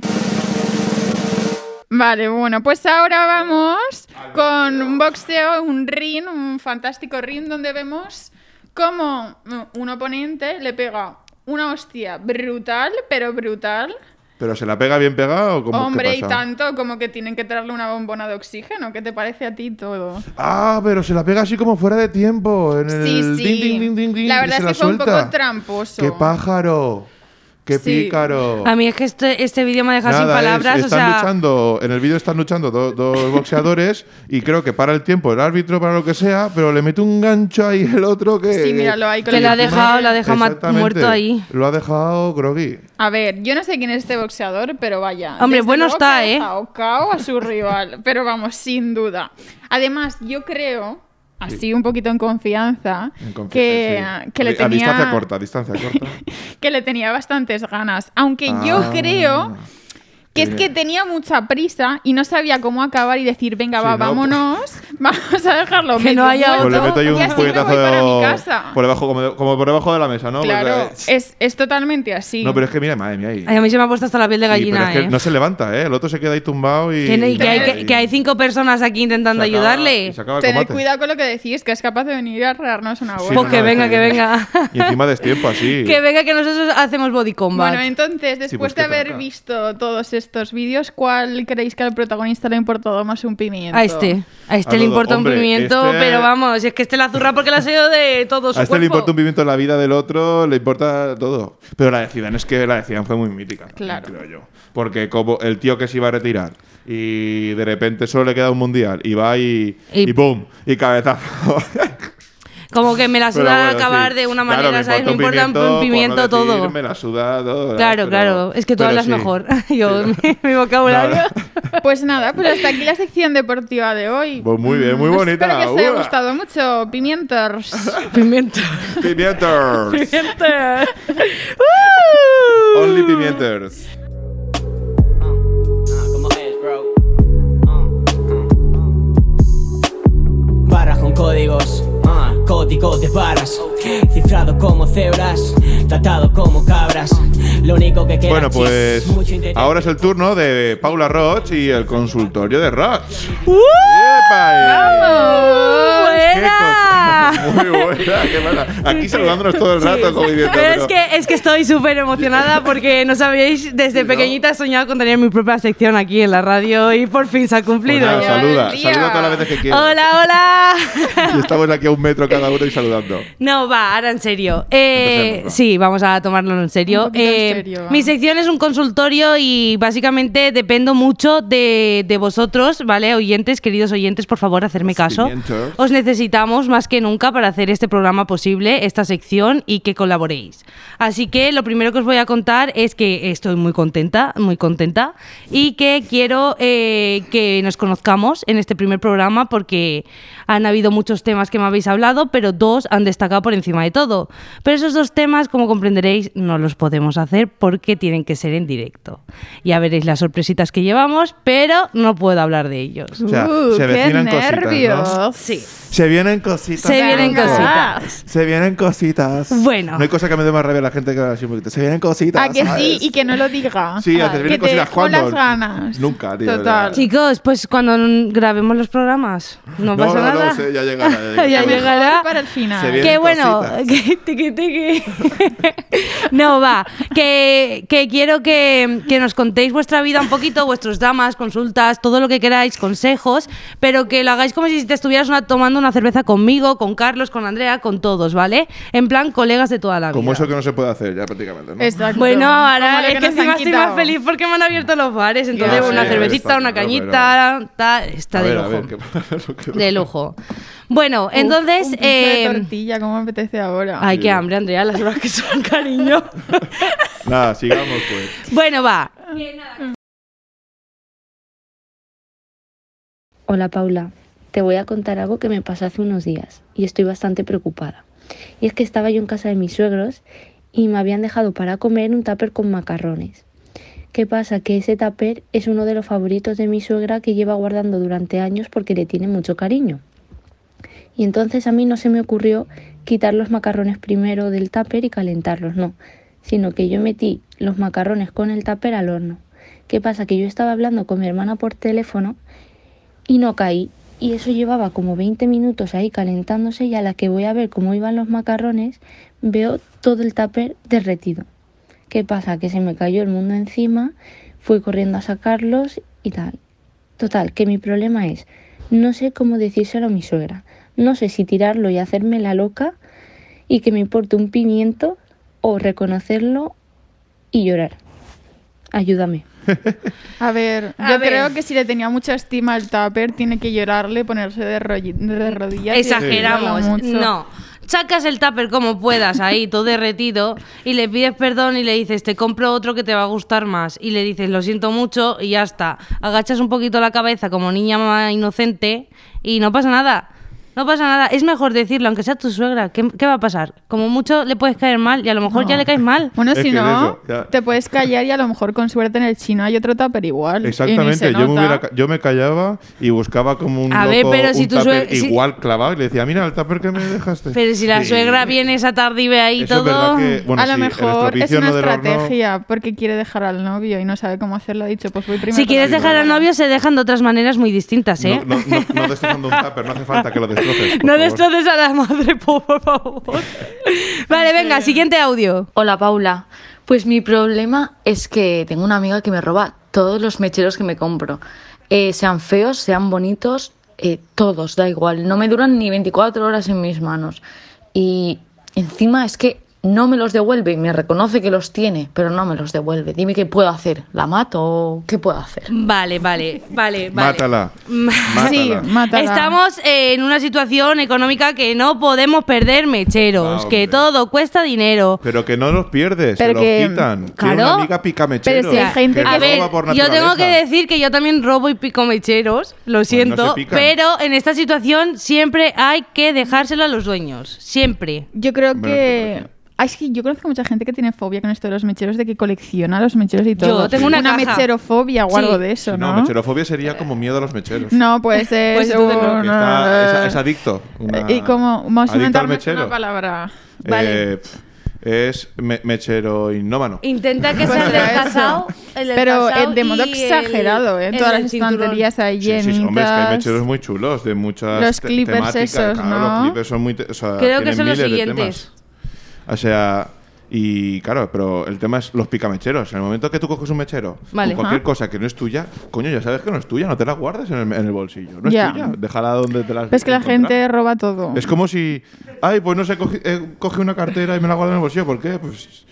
Speaker 4: Vale, bueno, pues ahora vamos con un boxeo, un ring, un fantástico ring donde vemos cómo un oponente le pega una hostia brutal, pero brutal.
Speaker 1: ¿Pero se la pega bien pegada o como
Speaker 4: Hombre, y tanto como que tienen que traerle una bombona de oxígeno. ¿Qué te parece a ti todo?
Speaker 1: Ah, pero se la pega así como fuera de tiempo. En el
Speaker 4: Sí, sí.
Speaker 1: ding, ding, ding, ding, ding,
Speaker 4: La
Speaker 1: y
Speaker 4: verdad
Speaker 1: se
Speaker 4: es que fue un poco
Speaker 1: suelta.
Speaker 4: tramposo.
Speaker 1: ¡Qué pájaro! ¡Qué
Speaker 4: Sí.
Speaker 1: pícaro!
Speaker 3: A mí es que este, este vídeo me ha dejado
Speaker 1: Nada,
Speaker 3: sin
Speaker 1: es-
Speaker 3: palabras. o
Speaker 1: están
Speaker 3: sea,
Speaker 1: luchando, en el vídeo están luchando do- dos boxeadores y creo que para el tiempo el árbitro, para lo que sea, pero le mete un gancho ahí el otro que.
Speaker 4: Sí, míralo ahí con
Speaker 3: Que
Speaker 4: el
Speaker 3: la ha
Speaker 4: encima.
Speaker 3: dejado, la ha dejado mat-
Speaker 1: Exactamente.
Speaker 3: muerto ahí.
Speaker 1: Lo ha dejado groggy.
Speaker 4: A ver, yo no sé quién es este boxeador, pero vaya.
Speaker 3: Hombre,
Speaker 4: desde
Speaker 3: bueno
Speaker 4: luego
Speaker 3: está,
Speaker 4: que ha
Speaker 3: ¿eh?
Speaker 4: dejado cao a su rival, pero vamos, sin duda. Además, yo creo, así un poquito en confianza,
Speaker 1: En confi- eh,
Speaker 4: que, ah,
Speaker 1: sí.
Speaker 4: que le
Speaker 1: A
Speaker 4: tenía,
Speaker 1: distancia corta, a distancia corta.
Speaker 4: que le tenía bastantes ganas. Aunque yo
Speaker 1: Ah.
Speaker 4: creo que es
Speaker 1: Tiene-
Speaker 4: que tenía mucha prisa y no sabía cómo acabar y decir, venga,
Speaker 1: Sí,
Speaker 4: va,
Speaker 1: no, pues-
Speaker 4: vámonos, vamos a dejarlo.
Speaker 3: Que
Speaker 4: medio
Speaker 3: no haya
Speaker 4: muerto
Speaker 1: Pues le meto ahí
Speaker 4: y
Speaker 1: un
Speaker 4: así me voy
Speaker 1: puñetazo
Speaker 4: para mi
Speaker 1: de-
Speaker 4: casa.
Speaker 1: por debajo, como, de- como por debajo de la mesa, ¿no?
Speaker 4: Claro, eh,
Speaker 1: Porque-
Speaker 4: es, es totalmente así.
Speaker 1: No, pero es que mira, madre mía. ahí.
Speaker 3: ay, a mí se me ha puesto hasta la piel de
Speaker 1: Y- pero
Speaker 3: gallina,
Speaker 1: es que
Speaker 3: ¿eh?
Speaker 1: no se levanta, ¿eh? El otro se queda ahí tumbado y.
Speaker 3: Que no- y que, hay, que-
Speaker 1: y-
Speaker 3: que hay cinco personas aquí intentando
Speaker 1: se acaba-
Speaker 3: ayudarle.
Speaker 1: y se acaba el
Speaker 4: Tened
Speaker 1: combate.
Speaker 4: cuidado con lo que decís, que es capaz de venir a arrearnos una
Speaker 1: Sí,
Speaker 4: buena.
Speaker 3: Pues
Speaker 1: no,
Speaker 3: que
Speaker 1: no,
Speaker 3: venga,
Speaker 1: es
Speaker 3: que venga.
Speaker 1: Ah, Y encima de tiempo así.
Speaker 3: que venga, que nosotros hacemos body combat.
Speaker 4: Bueno, entonces, después
Speaker 1: pues,
Speaker 4: de
Speaker 1: ¿qué
Speaker 4: haber
Speaker 1: toca?
Speaker 4: visto todos estos vídeos, ¿cuál creéis que al protagonista le ha importado más un pimiento?
Speaker 3: a este. A este
Speaker 1: A todo,
Speaker 3: le importa
Speaker 1: Ah, hombre,
Speaker 3: un pimiento,
Speaker 1: este-
Speaker 3: pero vamos, es que este la zurra porque la ha sido de todo su
Speaker 1: A este le
Speaker 3: cuerpo.
Speaker 1: importa un pimiento la vida del otro, le importa todo. Pero la de Zidane es que la de Zidane fue muy mítica, también,
Speaker 4: Claro.
Speaker 1: creo yo. Porque como el tío que se iba a retirar y de repente solo le queda un mundial y va y,
Speaker 3: Y-
Speaker 1: y ¡boom! Y cabezazo.
Speaker 3: Como que me la
Speaker 1: Pero
Speaker 3: suda
Speaker 1: bueno,
Speaker 3: acabar
Speaker 1: sí.
Speaker 3: de una
Speaker 1: Claro,
Speaker 3: manera, ¿sabes? Me importa un pimiento,
Speaker 1: por no
Speaker 3: todo.
Speaker 1: decir, Me la suda todo.
Speaker 3: Claro,
Speaker 1: pero-
Speaker 3: claro. Es que tú
Speaker 1: pero
Speaker 3: hablas
Speaker 1: sí.
Speaker 3: mejor. Yo,
Speaker 1: Sí.
Speaker 3: mi, mi vocabulario.
Speaker 1: Nada.
Speaker 4: Pues nada, pues hasta aquí la sección deportiva de hoy.
Speaker 1: Pues muy bien, muy
Speaker 4: Mm,
Speaker 1: bonita.
Speaker 4: Espero que os haya
Speaker 1: Ua.
Speaker 4: gustado mucho, pimientos.
Speaker 3: Pimiento.
Speaker 1: Pimientos.
Speaker 3: Pimiento.
Speaker 1: Only pimientos.
Speaker 7: Ah, ah. Barras con códigos, ah, códigos de barras. Cifrado como cebras, tratado como cabras. Lo único que queda
Speaker 1: Bueno, pues
Speaker 7: es mucho interés.
Speaker 1: ahora es el turno de Paula Roch y el consultorio de Roch.
Speaker 3: ¡Uh!
Speaker 1: ¡Yepa! ¡Qué
Speaker 3: ¡Buena!
Speaker 1: cosa! Muy buena, qué mala. Aquí saludándonos todo el
Speaker 3: Sí.
Speaker 1: rato como
Speaker 3: Pero
Speaker 1: diciendo, pues
Speaker 3: es que, es que estoy súper emocionada porque no sabéis, desde
Speaker 1: ¿no?
Speaker 3: pequeñita he soñado con tener mi propia sección aquí en la radio y por fin se ha
Speaker 1: Pues
Speaker 3: cumplido.
Speaker 1: nada,
Speaker 4: Ya,
Speaker 1: saluda,
Speaker 4: del día.
Speaker 1: saluda todas las veces que quieras.
Speaker 3: hola, hola.
Speaker 1: Y estamos aquí a un metro cada uno y saludando.
Speaker 3: No, va, ahora en serio. Eh,
Speaker 1: Empecemos, va.
Speaker 3: sí, vamos a tomárnoslo en serio.
Speaker 4: Un poquito en
Speaker 3: Eh,
Speaker 4: serio, va.
Speaker 3: mi sección es un consultorio y básicamente dependo mucho de, de vosotros, ¿vale? Oyentes, queridos oyentes, por favor, hacerme caso.
Speaker 1: pimientos.
Speaker 3: Os necesitamos más que nunca para hacer este programa posible, esta sección y que colaboréis. Así que lo primero que os voy a contar es que estoy muy contenta, muy contenta y que quiero eh, que nos conozcamos en este primer programa porque han habido muchos temas que me habéis hablado, pero dos han destacado por encima de todo. Pero esos dos temas, como comprenderéis, no los podemos hacer porque tienen que ser en directo. Ya veréis las sorpresitas que llevamos, pero no puedo hablar de ellos.
Speaker 1: O sea,
Speaker 4: Uh,
Speaker 1: se
Speaker 4: qué
Speaker 1: avecinan cositas, ¿no?
Speaker 4: nervios.
Speaker 3: Sí.
Speaker 1: Se vienen cositas.
Speaker 3: Se vienen
Speaker 4: Venga.
Speaker 3: cositas.
Speaker 1: Se vienen cositas.
Speaker 3: Bueno.
Speaker 1: No hay cosa que me dé más rabia a la gente que ahora sí un poquito. Se vienen cositas.
Speaker 4: A que sí
Speaker 1: ¿sabes?
Speaker 4: y que no lo diga.
Speaker 1: Sí,
Speaker 4: Ay,
Speaker 1: se vienen
Speaker 4: que te
Speaker 1: cositas.
Speaker 4: dejo
Speaker 1: ¿Cuándo?
Speaker 4: las ganas.
Speaker 1: Nunca, tío,
Speaker 4: Total.
Speaker 1: ya.
Speaker 3: Chicos, pues cuando n- grabemos los programas, no,
Speaker 1: No,
Speaker 3: pasa
Speaker 1: no, no,
Speaker 3: nada.
Speaker 1: sí, ya llegará, ya
Speaker 3: Ya
Speaker 1: llegará.
Speaker 4: Mejor
Speaker 3: llegará.
Speaker 4: para el final.
Speaker 1: Se viene-
Speaker 3: Que
Speaker 1: Vienen
Speaker 3: bueno,
Speaker 1: cositas.
Speaker 3: que tiqui, tiqui. no va, que, que quiero que, que nos contéis vuestra vida un poquito, vuestros dramas, consultas, todo lo que queráis, consejos, pero que lo hagáis como si te estuvieras una- tomando una cerveza conmigo, con Carlos, con Andrea, con todos, ¿vale? En plan, colegas de toda la vida.
Speaker 1: Como eso que no se puede hacer ya prácticamente, ¿no?
Speaker 4: Exacto.
Speaker 3: Bueno,
Speaker 4: Como
Speaker 3: ahora
Speaker 4: lo
Speaker 3: es que
Speaker 4: nos han
Speaker 3: encima estoy
Speaker 4: quitado.
Speaker 3: más feliz porque me han abierto los bares. Entonces,
Speaker 1: Ya,
Speaker 3: una
Speaker 1: sí,
Speaker 3: cervecita,
Speaker 1: está
Speaker 3: una
Speaker 1: claro,
Speaker 3: cañita, tal, está
Speaker 1: a
Speaker 3: de
Speaker 1: ver,
Speaker 3: lujo.
Speaker 1: a ver, ¿qué-
Speaker 3: De lujo. Bueno,
Speaker 4: Uf,
Speaker 3: entonces.
Speaker 4: un pincho de
Speaker 3: eh,
Speaker 4: tortilla, como me apetece ahora.
Speaker 3: ay, qué hambre, Andrea, las horas que son, cariño.
Speaker 1: Nada, sigamos pues.
Speaker 3: bueno, va.
Speaker 8: Hola Paula, te voy a contar algo que me pasó hace unos días y estoy bastante preocupada. Y es que estaba yo en casa de mis suegros y me habían dejado para comer un tupper con macarrones. ¿Qué pasa? Que ese tupper es uno de los favoritos de mi suegra que lleva guardando durante años porque le tiene mucho cariño. Y entonces a mí no se me ocurrió quitar los macarrones primero del tupper y calentarlos, no, sino que yo metí los macarrones con el tupper al horno. ¿Qué pasa? Que yo estaba hablando con mi hermana por teléfono y no caí. Y eso llevaba como 20 minutos ahí calentándose y a la que voy a ver cómo iban los macarrones, veo todo el tupper derretido. ¿Qué pasa? Que se me cayó el mundo encima, fui corriendo a sacarlos y tal. Total, que mi problema es, no sé cómo decírselo a mi suegra, no sé si tirarlo y hacerme la loca y que me importe un pimiento o reconocerlo y llorar. Ayúdame.
Speaker 4: A ver,
Speaker 3: A
Speaker 4: yo
Speaker 3: ver.
Speaker 4: creo que si le tenía mucha estima al tupper, tiene que llorarle, ponerse de, rolli- de rodillas. y
Speaker 3: Exageramos.
Speaker 4: decirlo mucho.
Speaker 3: No. Sacas el tupper como puedas ahí, todo derretido, y le pides perdón y le dices, te compro otro que te va a gustar más. Y le dices, lo siento mucho, y ya está. Agachas un poquito la cabeza como niña ma- inocente y no pasa nada. No pasa nada. Es mejor decirlo, aunque sea tu suegra. ¿Qué, qué va a pasar? Como mucho le puedes caer mal y a lo mejor ya le caes mal.
Speaker 4: Bueno,
Speaker 1: Es
Speaker 4: si
Speaker 1: que es
Speaker 4: no,
Speaker 1: eso, ya.
Speaker 4: te puedes callar y a lo mejor con suerte en el chino hay otro tupper igual. y ni
Speaker 1: Exactamente,
Speaker 4: se
Speaker 1: yo me,
Speaker 4: nota.
Speaker 1: hubiera ca- yo me callaba y buscaba como un,
Speaker 3: A ver,
Speaker 1: loco
Speaker 3: pero si
Speaker 1: un
Speaker 3: tu
Speaker 1: tupper
Speaker 3: sue- si-
Speaker 1: igual clavado y le decía, mira el tupper que me dejaste.
Speaker 3: Pero si la
Speaker 1: Sí.
Speaker 3: suegra viene esa tarde y ve ahí
Speaker 1: Eso es
Speaker 3: todo...
Speaker 1: verdad que, bueno,
Speaker 4: a lo
Speaker 1: sí, el
Speaker 4: mejor es
Speaker 1: estropicio
Speaker 4: una
Speaker 1: no del horno-
Speaker 4: estrategia porque quiere dejar al novio y no sabe cómo hacerlo. Ha dicho, pues voy primero.
Speaker 3: Si
Speaker 4: con
Speaker 3: quieres
Speaker 4: la
Speaker 3: dejar al
Speaker 4: primera.
Speaker 3: novio, se dejan de otras maneras muy distintas, ¿eh?
Speaker 1: No, no, no, no destrozando un tupper, no hace falta que lo destroces. por
Speaker 3: No
Speaker 1: favor.
Speaker 3: destroces a la madre, por favor. Vale, venga, siguiente audio.
Speaker 9: Hola Paula, pues mi problema es que tengo una amiga que me roba todos los mecheros que me compro, Eh, sean feos, sean bonitos, eh, todos, da igual, no me duran ni 24 horas en mis manos. Y encima es que no me los devuelve, me reconoce que los tiene, pero no me los devuelve. Dime qué puedo hacer, ¿la mato o qué puedo hacer?
Speaker 3: Vale, vale, vale, vale.
Speaker 1: Mátala.
Speaker 3: Ma-
Speaker 4: Sí,
Speaker 1: Mátala.
Speaker 4: mátala.
Speaker 3: Estamos eh, en una situación económica que no podemos perder mecheros,
Speaker 1: Ah,
Speaker 3: que
Speaker 1: hombre.
Speaker 3: todo cuesta dinero.
Speaker 1: Pero que no los pierdes,
Speaker 4: Pero
Speaker 1: se los
Speaker 4: que-
Speaker 1: quitan.
Speaker 3: Claro.
Speaker 1: Tiene una amiga picamechero.
Speaker 4: Pero si hay gente
Speaker 1: que
Speaker 4: que-
Speaker 3: A ver,
Speaker 1: roba por
Speaker 3: yo tengo
Speaker 1: naturaleza. Pues
Speaker 3: que decir que yo también robo y pico mecheros, lo
Speaker 1: no
Speaker 3: siento,
Speaker 1: se pican.
Speaker 3: pero en esta situación siempre hay que dejárselo a los dueños, siempre.
Speaker 4: Yo creo
Speaker 1: Bueno, es
Speaker 4: que.
Speaker 1: que-
Speaker 4: Ay, es que yo conozco mucha gente que tiene fobia con esto de los mecheros, de que colecciona los mecheros y todo.
Speaker 3: tengo una caja.
Speaker 4: mecherofobia o
Speaker 3: Sí.
Speaker 4: algo de eso,
Speaker 1: Si
Speaker 4: ¿no?
Speaker 1: no, mecherofobia sería como miedo a los mecheros.
Speaker 4: No, pues es
Speaker 3: Pues entonces no.
Speaker 1: Que
Speaker 4: un-
Speaker 1: está- es, es adicto. una-
Speaker 4: Eh, y como vamos a
Speaker 1: adicto al
Speaker 4: inventarme
Speaker 1: mechero.
Speaker 4: una palabra.
Speaker 1: Eh,
Speaker 4: Vale.
Speaker 1: pf, es me- mechero innómano.
Speaker 3: Intenta que
Speaker 4: Pues
Speaker 3: sea el
Speaker 4: eso.
Speaker 3: descasado. el
Speaker 4: Pero
Speaker 3: descasado
Speaker 4: eh, de modo
Speaker 3: y el-
Speaker 4: exagerado, ¿eh?
Speaker 3: el
Speaker 4: Todas
Speaker 3: del
Speaker 4: las
Speaker 3: cinturón.
Speaker 4: estanterías ahí Pues
Speaker 1: Sí,
Speaker 4: llenitas.
Speaker 1: sí, hombre, es que hay mecheros muy chulos de muchas
Speaker 4: Los
Speaker 1: te-
Speaker 4: clippers
Speaker 1: temáticas.
Speaker 4: esos,
Speaker 1: Claro,
Speaker 4: ¿no?
Speaker 1: Los clippers son muy... te- o sea,
Speaker 3: Creo que
Speaker 1: tienen
Speaker 3: son
Speaker 1: miles
Speaker 3: los
Speaker 1: de
Speaker 3: siguientes.
Speaker 1: temas. O sea, y claro, pero el tema es los picamecheros. En el momento que tú coges un mechero,
Speaker 3: Vale.
Speaker 1: con cualquier
Speaker 4: Ajá.
Speaker 1: cosa que no es tuya, coño, ya sabes que no es tuya, no te la guardes en el, en el bolsillo. No
Speaker 4: Ya.
Speaker 1: es tuya, déjala donde te la
Speaker 4: Pues que la gente roba todo.
Speaker 1: Es como si, ay, pues no sé, coge, eh, coge una cartera y me la guardo en el bolsillo. ¿Por qué? Pues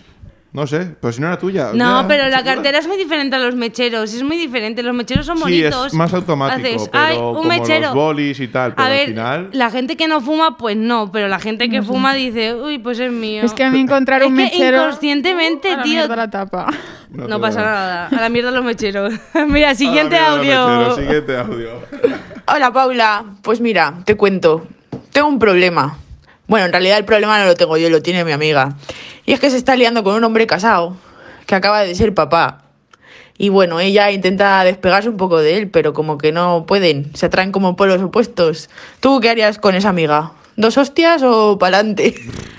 Speaker 1: no sé, pero si no era tuya.
Speaker 3: No,
Speaker 1: ya,
Speaker 3: pero la
Speaker 1: se guarda.
Speaker 3: cartera es muy diferente a los mecheros. Es muy diferente. Los mecheros son
Speaker 1: Sí,
Speaker 3: bonitos.
Speaker 1: es más automático,
Speaker 3: Haces,
Speaker 1: pero
Speaker 3: "Ay,
Speaker 1: como los bolis y tal, pero
Speaker 3: a ver,
Speaker 1: al final...
Speaker 3: la gente que no fuma, pues no. Pero la gente que fuma dice, uy, pues es mío.
Speaker 4: Es que a mí encontrar
Speaker 3: Es
Speaker 4: un
Speaker 3: que
Speaker 4: mechero.
Speaker 3: inconscientemente,
Speaker 4: a la
Speaker 3: tío.
Speaker 4: mierda La tapa.
Speaker 3: No,
Speaker 1: te
Speaker 3: pasa
Speaker 1: veo.
Speaker 3: nada. A la mierda los mecheros. Mira, siguiente
Speaker 1: Ah, mira,
Speaker 3: audio.
Speaker 1: mechero, siguiente audio.
Speaker 10: Hola Paula, pues mira, te cuento, tengo un problema. Bueno, en realidad el problema no lo tengo yo, lo tiene mi amiga. Y es que se está liando con un hombre casado, que acaba de ser papá. Y bueno, ella intenta despegarse un poco de él, pero como que no pueden, se atraen como polos opuestos. ¿Tú qué harías con esa amiga? ¿Dos hostias o pa'lante?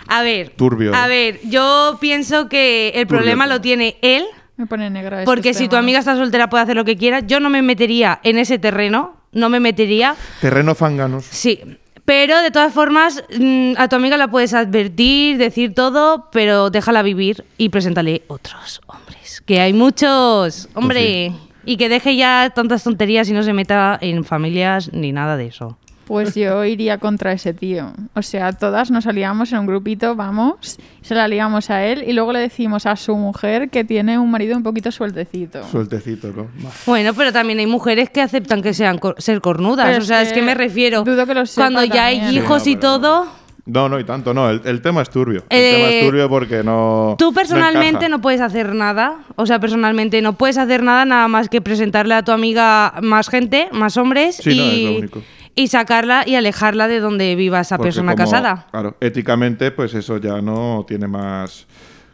Speaker 3: A ver.
Speaker 1: Turbio.
Speaker 3: A ver, yo pienso que el
Speaker 1: Turbio,
Speaker 3: problema
Speaker 1: turbio.
Speaker 3: lo tiene él.
Speaker 4: Me pone negra. este estos
Speaker 3: Porque si tu
Speaker 4: temas.
Speaker 3: amiga está soltera puede hacer lo que quiera. Yo no me metería en ese terreno. No me metería.
Speaker 1: Terreno fanganos.
Speaker 3: Sí, pero de todas formas, mm, a tu amiga la puedes advertir, decir todo, pero déjala vivir y preséntale otros hombres. Que hay muchos, hombre. Y que deje ya tantas tonterías y no se meta en familias ni nada de eso.
Speaker 4: Pues yo iría contra ese tío. O sea, todas nos salíamos en un grupito, vamos, se la liamos a él y luego le decimos a su mujer que tiene un marido un poquito sueltecito.
Speaker 1: Sueltecito, ¿no?
Speaker 3: Bueno, pero también hay mujeres que aceptan que sean cor- ser cornudas.
Speaker 4: Pero
Speaker 3: o sea, es que me refiero.
Speaker 4: dudo que lo sepa
Speaker 3: cuando ya hay
Speaker 4: también.
Speaker 3: hijos
Speaker 1: Sí, no,
Speaker 3: y
Speaker 1: pero-
Speaker 3: todo.
Speaker 1: No, no, y tanto, no. El, el tema es turbio. El
Speaker 3: Eh,
Speaker 1: tema es turbio porque no.
Speaker 3: Tú
Speaker 1: no
Speaker 3: personalmente
Speaker 1: encaja.
Speaker 3: no, puedes hacer nada, o sea, personalmente no puedes hacer nada nada más que presentarle a tu amiga más gente, más hombres
Speaker 1: Sí,
Speaker 3: y,
Speaker 1: no, es lo único.
Speaker 3: y sacarla y alejarla de donde viva esa
Speaker 1: Porque
Speaker 3: persona
Speaker 1: como-
Speaker 3: casada.
Speaker 1: Claro, éticamente, pues eso ya no tiene más.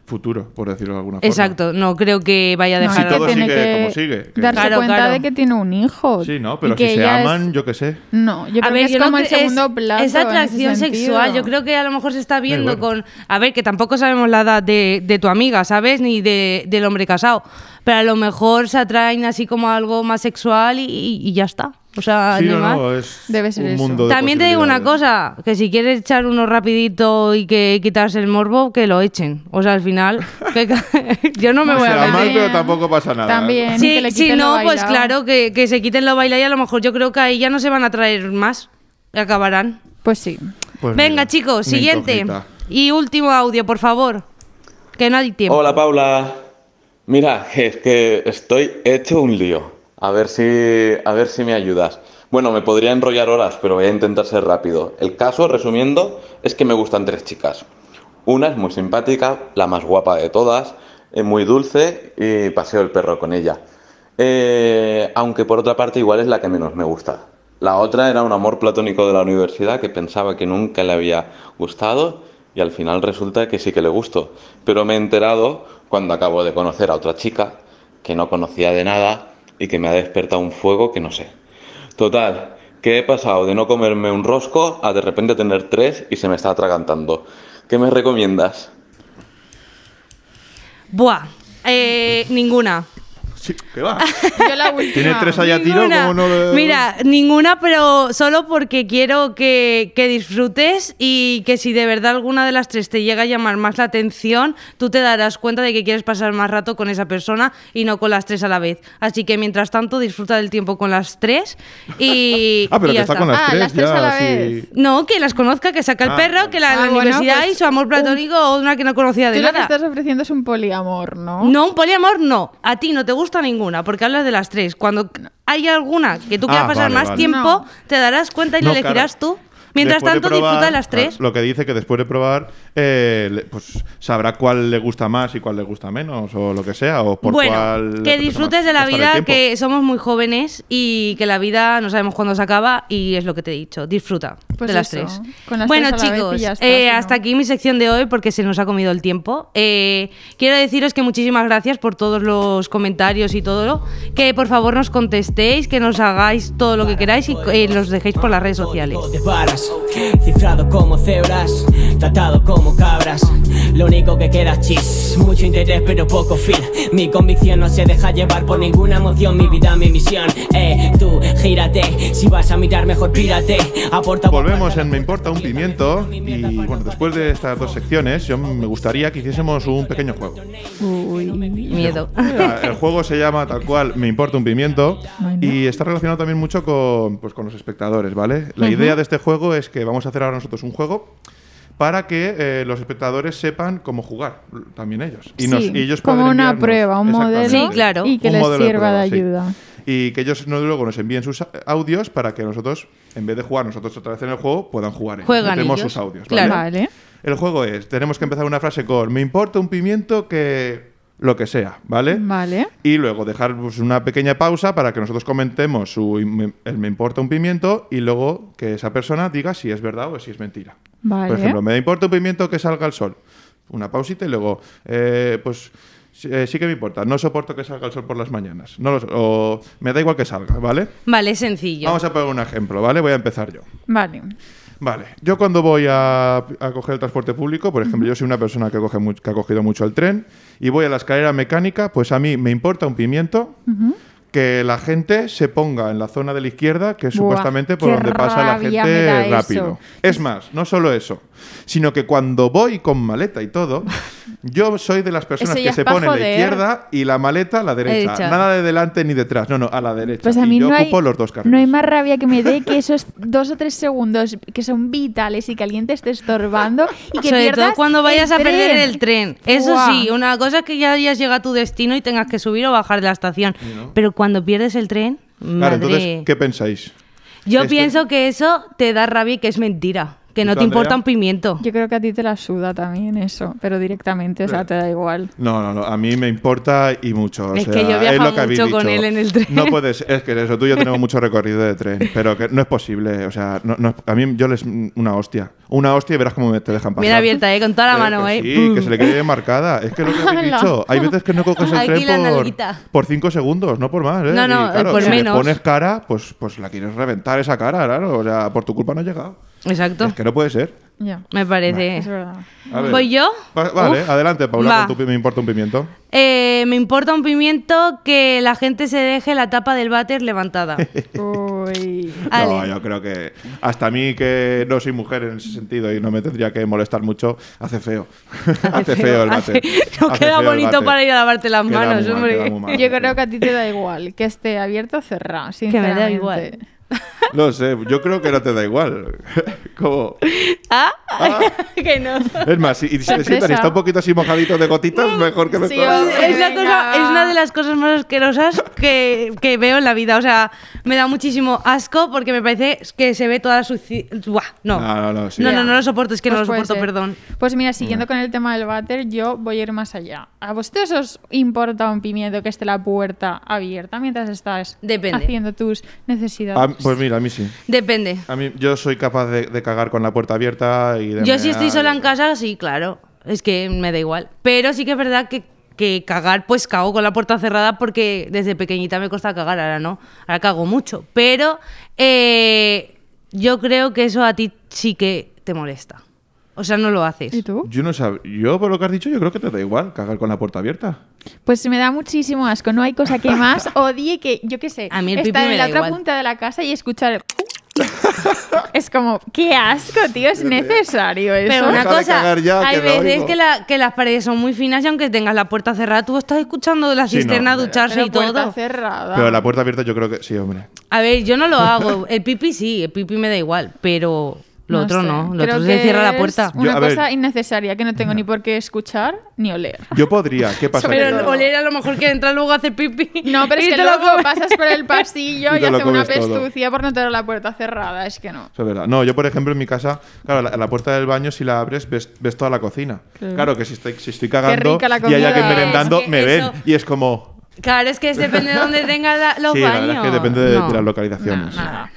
Speaker 1: futuro, por decirlo de alguna forma.
Speaker 3: Exacto, no creo que vaya a
Speaker 1: No,
Speaker 3: dejar.
Speaker 1: Si todo sigue como sigue. que-
Speaker 4: darse
Speaker 3: Claro,
Speaker 4: cuenta
Speaker 3: claro.
Speaker 4: de que tiene un hijo.
Speaker 1: Sí, no,
Speaker 4: y
Speaker 1: pero
Speaker 4: que
Speaker 1: si se
Speaker 4: ella es-
Speaker 1: aman, yo qué sé.
Speaker 4: No, yo creo que es
Speaker 3: yo
Speaker 4: como
Speaker 3: no
Speaker 4: el
Speaker 3: cre- es-
Speaker 4: segundo plato.
Speaker 3: Es atracción sexual. Yo creo que a lo mejor se está viendo con. A ver, que tampoco sabemos la edad de, de tu amiga, ¿sabes? Ni de, del hombre casado. Pero a lo mejor se atraen así como a algo más sexual y, y- y ya está. O sea,
Speaker 1: Sí,
Speaker 3: ni
Speaker 1: no,
Speaker 3: más.
Speaker 1: no, es
Speaker 4: Debe ser
Speaker 1: un
Speaker 4: eso.
Speaker 1: mundo de
Speaker 3: También te digo una
Speaker 1: posibilidades.
Speaker 3: cosa, que si quieres echar uno rapidito y que quitarse el morbo, que lo echen. O sea, al final, que ca- yo no me voy
Speaker 1: Se
Speaker 3: a...
Speaker 1: Pues aman,
Speaker 3: meter.
Speaker 1: pero tampoco pasa nada.
Speaker 4: También.
Speaker 3: Sí,
Speaker 4: que le
Speaker 3: sí,
Speaker 4: quiten lo
Speaker 3: no, pues
Speaker 4: bailado.
Speaker 3: claro, que, que se quiten lo bailado y a lo mejor yo creo que ahí ya no se van a traer más. Acabarán.
Speaker 4: Pues sí.
Speaker 1: Pues
Speaker 3: Venga,
Speaker 1: mira,
Speaker 3: chicos,
Speaker 1: una
Speaker 3: siguiente.
Speaker 1: incógnita.
Speaker 3: Y último audio, por favor. Que no hay tiempo.
Speaker 11: Hola Paula. Mira, es que estoy hecho un lío. A ver si, a ver si me ayudas. Bueno, me podría enrollar horas, pero voy a intentar ser rápido. El caso, resumiendo, es que me gustan tres chicas. Una es muy simpática, la más guapa de todas, es muy dulce y paseo el perro con ella. Eh, aunque por otra parte igual es la que menos me gusta. La otra era un amor platónico de la universidad que pensaba que nunca le había gustado y al final resulta que sí que le gustó. Pero me he enterado cuando acabo de conocer a otra chica que no conocía de nada y que me ha despertado un fuego que no sé. Total, que he pasado de no comerme un rosco a de repente tener tres y se me está atragantando. ¿Qué me recomiendas?
Speaker 3: Buah. Eh, ninguna.
Speaker 1: Sí, ¿Qué va?
Speaker 4: Yo la última.
Speaker 1: Tiene tres allá tiro,
Speaker 3: Ninguna.
Speaker 1: como no le-
Speaker 3: Mira, ninguna, pero solo porque quiero que, que disfrutes y que si de verdad alguna de las tres te llega a llamar más la atención, tú te darás cuenta de que quieres pasar más rato con esa persona y no con las tres a la vez. Así que mientras tanto, disfruta del tiempo con las tres y.
Speaker 1: Ah, pero
Speaker 3: y
Speaker 1: que
Speaker 3: ya
Speaker 1: está con las tres ya, así-
Speaker 3: No, que las conozca, que saca el
Speaker 1: Ah.
Speaker 3: perro, que la,
Speaker 4: Ah,
Speaker 3: la
Speaker 4: bueno,
Speaker 3: universidad
Speaker 4: pues
Speaker 3: y su amor platónico o una que no conocía de
Speaker 4: Tú lo que
Speaker 3: nada.
Speaker 4: estás ofreciendo es un poliamor, ¿no?
Speaker 3: No, un poliamor no. A ti no te gusta ninguna, porque hablas de las tres. Cuando hay alguna que tú quieras
Speaker 1: Ah,
Speaker 3: pasar
Speaker 1: vale,
Speaker 3: más
Speaker 1: vale.
Speaker 3: tiempo,
Speaker 4: No.
Speaker 3: te darás cuenta y
Speaker 1: No,
Speaker 3: la elegirás
Speaker 1: claro.
Speaker 3: tú. Mientras
Speaker 1: Después de
Speaker 3: tanto,
Speaker 1: probar-
Speaker 3: disfruta de las tres.
Speaker 1: Ah, Lo que dice que después de probar, eh, le- pues sabrá cuál le gusta más y cuál le gusta menos, o lo que sea, o por cuál.
Speaker 3: bueno,
Speaker 1: le
Speaker 3: que
Speaker 1: apetece
Speaker 3: disfrutes
Speaker 1: más
Speaker 3: de la
Speaker 1: gastar el
Speaker 3: vida,
Speaker 1: tiempo.
Speaker 3: que somos muy jóvenes y que la vida no sabemos cuándo se acaba y es lo que te he dicho. Disfruta
Speaker 4: Pues
Speaker 3: de las
Speaker 4: eso,
Speaker 3: tres.
Speaker 4: con las
Speaker 3: bueno,
Speaker 4: tres a la vez
Speaker 3: chicos,
Speaker 4: y ya está,
Speaker 3: eh,
Speaker 4: si no.
Speaker 3: hasta aquí mi sección de hoy porque se nos ha comido el tiempo. Eh, quiero deciros que muchísimas gracias por todos los comentarios y todo. lo- Que por favor nos contestéis, que nos hagáis todo lo que queráis y
Speaker 1: pues
Speaker 3: eh, los dejéis por las redes sociales.
Speaker 7: de varas, cifrado como cebras, tratado como cabras. Lo único que queda es chis, mucho interés pero poco fin. Mi convicción no se deja llevar por ninguna emoción, mi vida, mi misión. Eh, tú, gírate, si vas a mirar mejor pírate. Aporta
Speaker 1: Volvemos en Me importa un pimiento y bueno, después de estas dos secciones yo me gustaría que hiciésemos un pequeño juego.
Speaker 3: Miedo.
Speaker 1: Mira, El juego se llama tal cual Me importa un pimiento y está relacionado también mucho con, pues, con los espectadores, ¿vale? La
Speaker 12: Ujú.
Speaker 1: idea de este juego es que vamos a hacer ahora nosotros un juego para que eh, los espectadores sepan cómo jugar l- también ellos. Y, nos-
Speaker 4: Sí,
Speaker 1: y ellos
Speaker 4: como
Speaker 1: pueden
Speaker 4: una
Speaker 1: enviarnos-
Speaker 4: prueba, un modelo
Speaker 1: Exactamente.
Speaker 4: Sí, claro. y que
Speaker 1: Un
Speaker 4: les
Speaker 1: modelo
Speaker 4: sirva de
Speaker 1: prueba, sí.
Speaker 4: ayuda.
Speaker 1: Y que ellos no- luego nos envíen sus a- audios para que nosotros, en vez de jugar nosotros otra vez en el juego, puedan jugar ellos.
Speaker 3: Juegan
Speaker 1: Tenemos
Speaker 3: ellos.
Speaker 1: sus audios.
Speaker 3: Claro.
Speaker 4: Vale.
Speaker 1: El juego es, tenemos que empezar una frase con me importa un pimiento que lo que sea, ¿vale?
Speaker 4: Vale.
Speaker 1: Y luego dejar pues, una pequeña pausa para que nosotros comentemos su im- el me importa un pimiento y luego que esa persona diga si es verdad o si es mentira.
Speaker 4: Vale.
Speaker 1: Por ejemplo, me importa un pimiento que salga el sol. Una pausita y luego, eh, pues sí, eh, sí que me importa. No soporto que salga el sol por las mañanas. No lo so- o me da igual que salga, ¿vale?
Speaker 3: Vale, es sencillo.
Speaker 1: Vamos a poner un ejemplo, ¿vale? Voy a empezar yo.
Speaker 4: Vale.
Speaker 1: Vale, yo cuando voy a, a coger el transporte público, por ejemplo, yo soy una persona que, coge mu- que ha cogido mucho el tren y voy a la escalera mecánica, pues a mí me importa un pimiento que la gente se ponga en la zona de la izquierda, que es
Speaker 12: Buah,
Speaker 1: supuestamente por
Speaker 12: qué
Speaker 1: donde pasa la
Speaker 12: rabia me da
Speaker 1: gente
Speaker 12: eso.
Speaker 1: rápido. Es más, no solo eso, sino que cuando voy con maleta y todo, yo soy de las personas
Speaker 4: Eso ya
Speaker 1: que
Speaker 4: es
Speaker 1: se
Speaker 4: pa'
Speaker 1: ponen la
Speaker 4: joder.
Speaker 1: izquierda y la maleta a la derecha.
Speaker 4: Derecha.
Speaker 1: Nada de delante ni detrás, no, no, a la derecha.
Speaker 4: Pues a mí
Speaker 1: y yo
Speaker 4: no, hay,
Speaker 1: ocupo los dos carriles.
Speaker 4: no hay más rabia que me dé que esos dos o tres segundos que son vitales y que alguien te esté estorbando y que
Speaker 3: Sobre
Speaker 4: pierdas
Speaker 3: todo cuando vayas
Speaker 4: el
Speaker 3: a perder
Speaker 4: tren.
Speaker 3: el tren. Eso
Speaker 4: Buah.
Speaker 3: sí, una cosa es que ya hayas llegado a tu destino y tengas que subir o bajar de la estación. Pero cuando pierdes el tren,
Speaker 1: Claro, este
Speaker 3: madre.
Speaker 1: entonces, ¿qué pensáis?
Speaker 3: Yo
Speaker 1: Esto-
Speaker 3: pienso que eso te da rabia y que es mentira. que no
Speaker 1: tú,
Speaker 3: te importa
Speaker 1: Andrea?
Speaker 3: un pimiento.
Speaker 4: Yo creo que a ti te la suda también eso, pero directamente, o sea, te da igual.
Speaker 1: No, no, no, a mí me importa y mucho. o
Speaker 4: Es que
Speaker 1: sea,
Speaker 4: yo he
Speaker 1: es
Speaker 4: viajado
Speaker 1: lo que habéis
Speaker 4: mucho con
Speaker 1: dicho.
Speaker 4: él en el tren.
Speaker 1: No puedes, es que eso, tú y yo tenemos mucho recorrido de tren, pero que no es posible. O sea, no, no es- a mí yo les. Una hostia. Una hostia y verás cómo me te dejan pasar.
Speaker 3: Bien abierta, ¿eh? Con toda la
Speaker 1: Eh,
Speaker 3: mano,
Speaker 1: que
Speaker 3: ¿eh?
Speaker 1: Sí,
Speaker 3: ¡Pum!
Speaker 1: que se le quede marcada. Es que lo que habéis
Speaker 3: Ala.
Speaker 1: dicho, hay veces que no coges el
Speaker 3: Aquí
Speaker 1: tren
Speaker 3: la
Speaker 1: por,
Speaker 3: nalguita.
Speaker 1: por cinco segundos, no por más, ¿eh?
Speaker 3: No, no,
Speaker 1: Y claro,
Speaker 3: por
Speaker 1: si
Speaker 3: menos.
Speaker 1: le pones cara, pues, pues la quieres reventar esa cara, claro. O sea, por tu culpa no ha llegado.
Speaker 3: Exacto.
Speaker 1: Es que no puede ser.
Speaker 3: Me parece.
Speaker 1: A ver.
Speaker 3: ¿Voy yo?
Speaker 1: Va- vale,
Speaker 3: Uf.
Speaker 1: adelante, Paula,
Speaker 3: Va.
Speaker 1: con tu pi- me importa un pimiento.
Speaker 3: Eh, me importa un pimiento que la gente se deje la tapa del váter levantada.
Speaker 4: Uy.
Speaker 1: No, yo creo que hasta a mí que no soy mujer en ese sentido y no me tendría que molestar mucho, hace feo. hace feo el
Speaker 3: hace-
Speaker 1: bate.
Speaker 3: no
Speaker 1: Hace feo
Speaker 3: queda
Speaker 1: el
Speaker 3: bonito
Speaker 1: váter.
Speaker 3: para ir a lavarte las
Speaker 1: Queda
Speaker 3: manos,
Speaker 1: muy mal,
Speaker 3: hombre.
Speaker 1: queda muy mal.
Speaker 4: Yo creo que a ti te da igual que esté abierto o cerrado,
Speaker 3: me da
Speaker 4: sinceramente.
Speaker 3: igual.
Speaker 1: No sé, yo creo que no te da igual. Como,
Speaker 3: ¿Ah? que no.
Speaker 1: es más, si, si te
Speaker 3: Sorpresa.
Speaker 1: sientan y está un poquito así mojadito de gotitas, mejor que mejor.
Speaker 3: es, la cosa- es una de las cosas más asquerosas que, que veo en la vida. O sea, me da muchísimo asco porque me parece que se ve toda la suci... Buah, no.
Speaker 1: No, no, no, sí.
Speaker 3: No, no, no lo soporto, es que no
Speaker 4: Pues
Speaker 3: lo
Speaker 4: puede
Speaker 3: soporto,
Speaker 4: ser.
Speaker 3: perdón.
Speaker 4: Pues mira,
Speaker 1: Mm.
Speaker 4: siguiendo con el tema del váter, yo voy a ir más allá. ¿A vosotros os importa un pimiento que esté la puerta abierta mientras estás haciendo tus necesidades?
Speaker 1: A mí- pues mira, a mí sí.
Speaker 3: Depende.
Speaker 1: A mí, yo soy capaz de, de cagar con la puerta abierta y de
Speaker 3: Yo si estoy
Speaker 1: mear.
Speaker 3: sola en casa, sí, claro. Es que me da igual. Pero sí que es verdad que, que cagar, pues cago con la puerta cerrada porque desde pequeñita me cuesta cagar, ahora no. Ahora cago mucho. Pero eh, yo creo que eso a ti sí que te molesta. O sea, no lo haces. ¿Y
Speaker 4: tú?
Speaker 1: Yo no sab... Yo, por lo que has dicho, yo creo que te da igual cagar con la puerta abierta.
Speaker 4: Pues me da muchísimo asco. No hay cosa que más odie que, yo qué sé,
Speaker 3: A mí el
Speaker 4: estar
Speaker 3: pipí me
Speaker 4: en
Speaker 3: da
Speaker 4: la otra
Speaker 3: igual.
Speaker 4: punta de la casa y escuchar el... es como, qué asco, tío, es necesario eso.
Speaker 3: Pero una cosa, hay veces que,
Speaker 4: la...
Speaker 3: la- que las paredes son muy finas y aunque tengas la puerta cerrada, tú estás escuchando la
Speaker 1: Sí, no.
Speaker 3: cisterna ducharse
Speaker 4: Pero
Speaker 3: y todo.
Speaker 4: puerta cerrada.
Speaker 1: Pero
Speaker 3: Ah.
Speaker 1: la puerta abierta yo creo que sí, hombre.
Speaker 3: A ver, yo no lo hago. El pipi sí, el pipi me da igual, pero lo
Speaker 4: No
Speaker 3: otro
Speaker 4: sé,
Speaker 3: no. Lo
Speaker 4: creo
Speaker 3: otro se
Speaker 4: que
Speaker 3: cierra la
Speaker 4: es
Speaker 3: puerta.
Speaker 1: Yo,
Speaker 4: Una
Speaker 1: a ver.
Speaker 4: cosa innecesaria que no tengo ni por qué escuchar ni oler.
Speaker 1: Yo podría, ¿qué pasa? Que-
Speaker 3: Pero oler a lo mejor que entra luego a hacer pipi.
Speaker 4: No, pero es
Speaker 3: Y
Speaker 4: que
Speaker 3: te lo
Speaker 4: luego
Speaker 3: comes.
Speaker 4: pasas por el pasillo
Speaker 1: Y
Speaker 4: y,
Speaker 1: te lo
Speaker 4: hace una
Speaker 1: comes todo.
Speaker 4: pestucia por no tener la puerta cerrada. Es que no.
Speaker 1: Eso es verdad. No, yo por ejemplo en mi casa, claro, la, la puerta del baño si la abres ves, ves toda la cocina.
Speaker 4: Claro.
Speaker 1: Claro, que si estoy, si estoy cagando
Speaker 4: rica la
Speaker 1: y hay alguien
Speaker 4: comida.
Speaker 1: merendando,
Speaker 3: Es que
Speaker 1: me
Speaker 3: eso-
Speaker 1: ven. Y es como...
Speaker 3: Claro, es que depende de dónde tengas la- los
Speaker 1: sí, la
Speaker 3: baños.
Speaker 1: verdad es que depende de,
Speaker 3: No.
Speaker 1: de las localizaciones.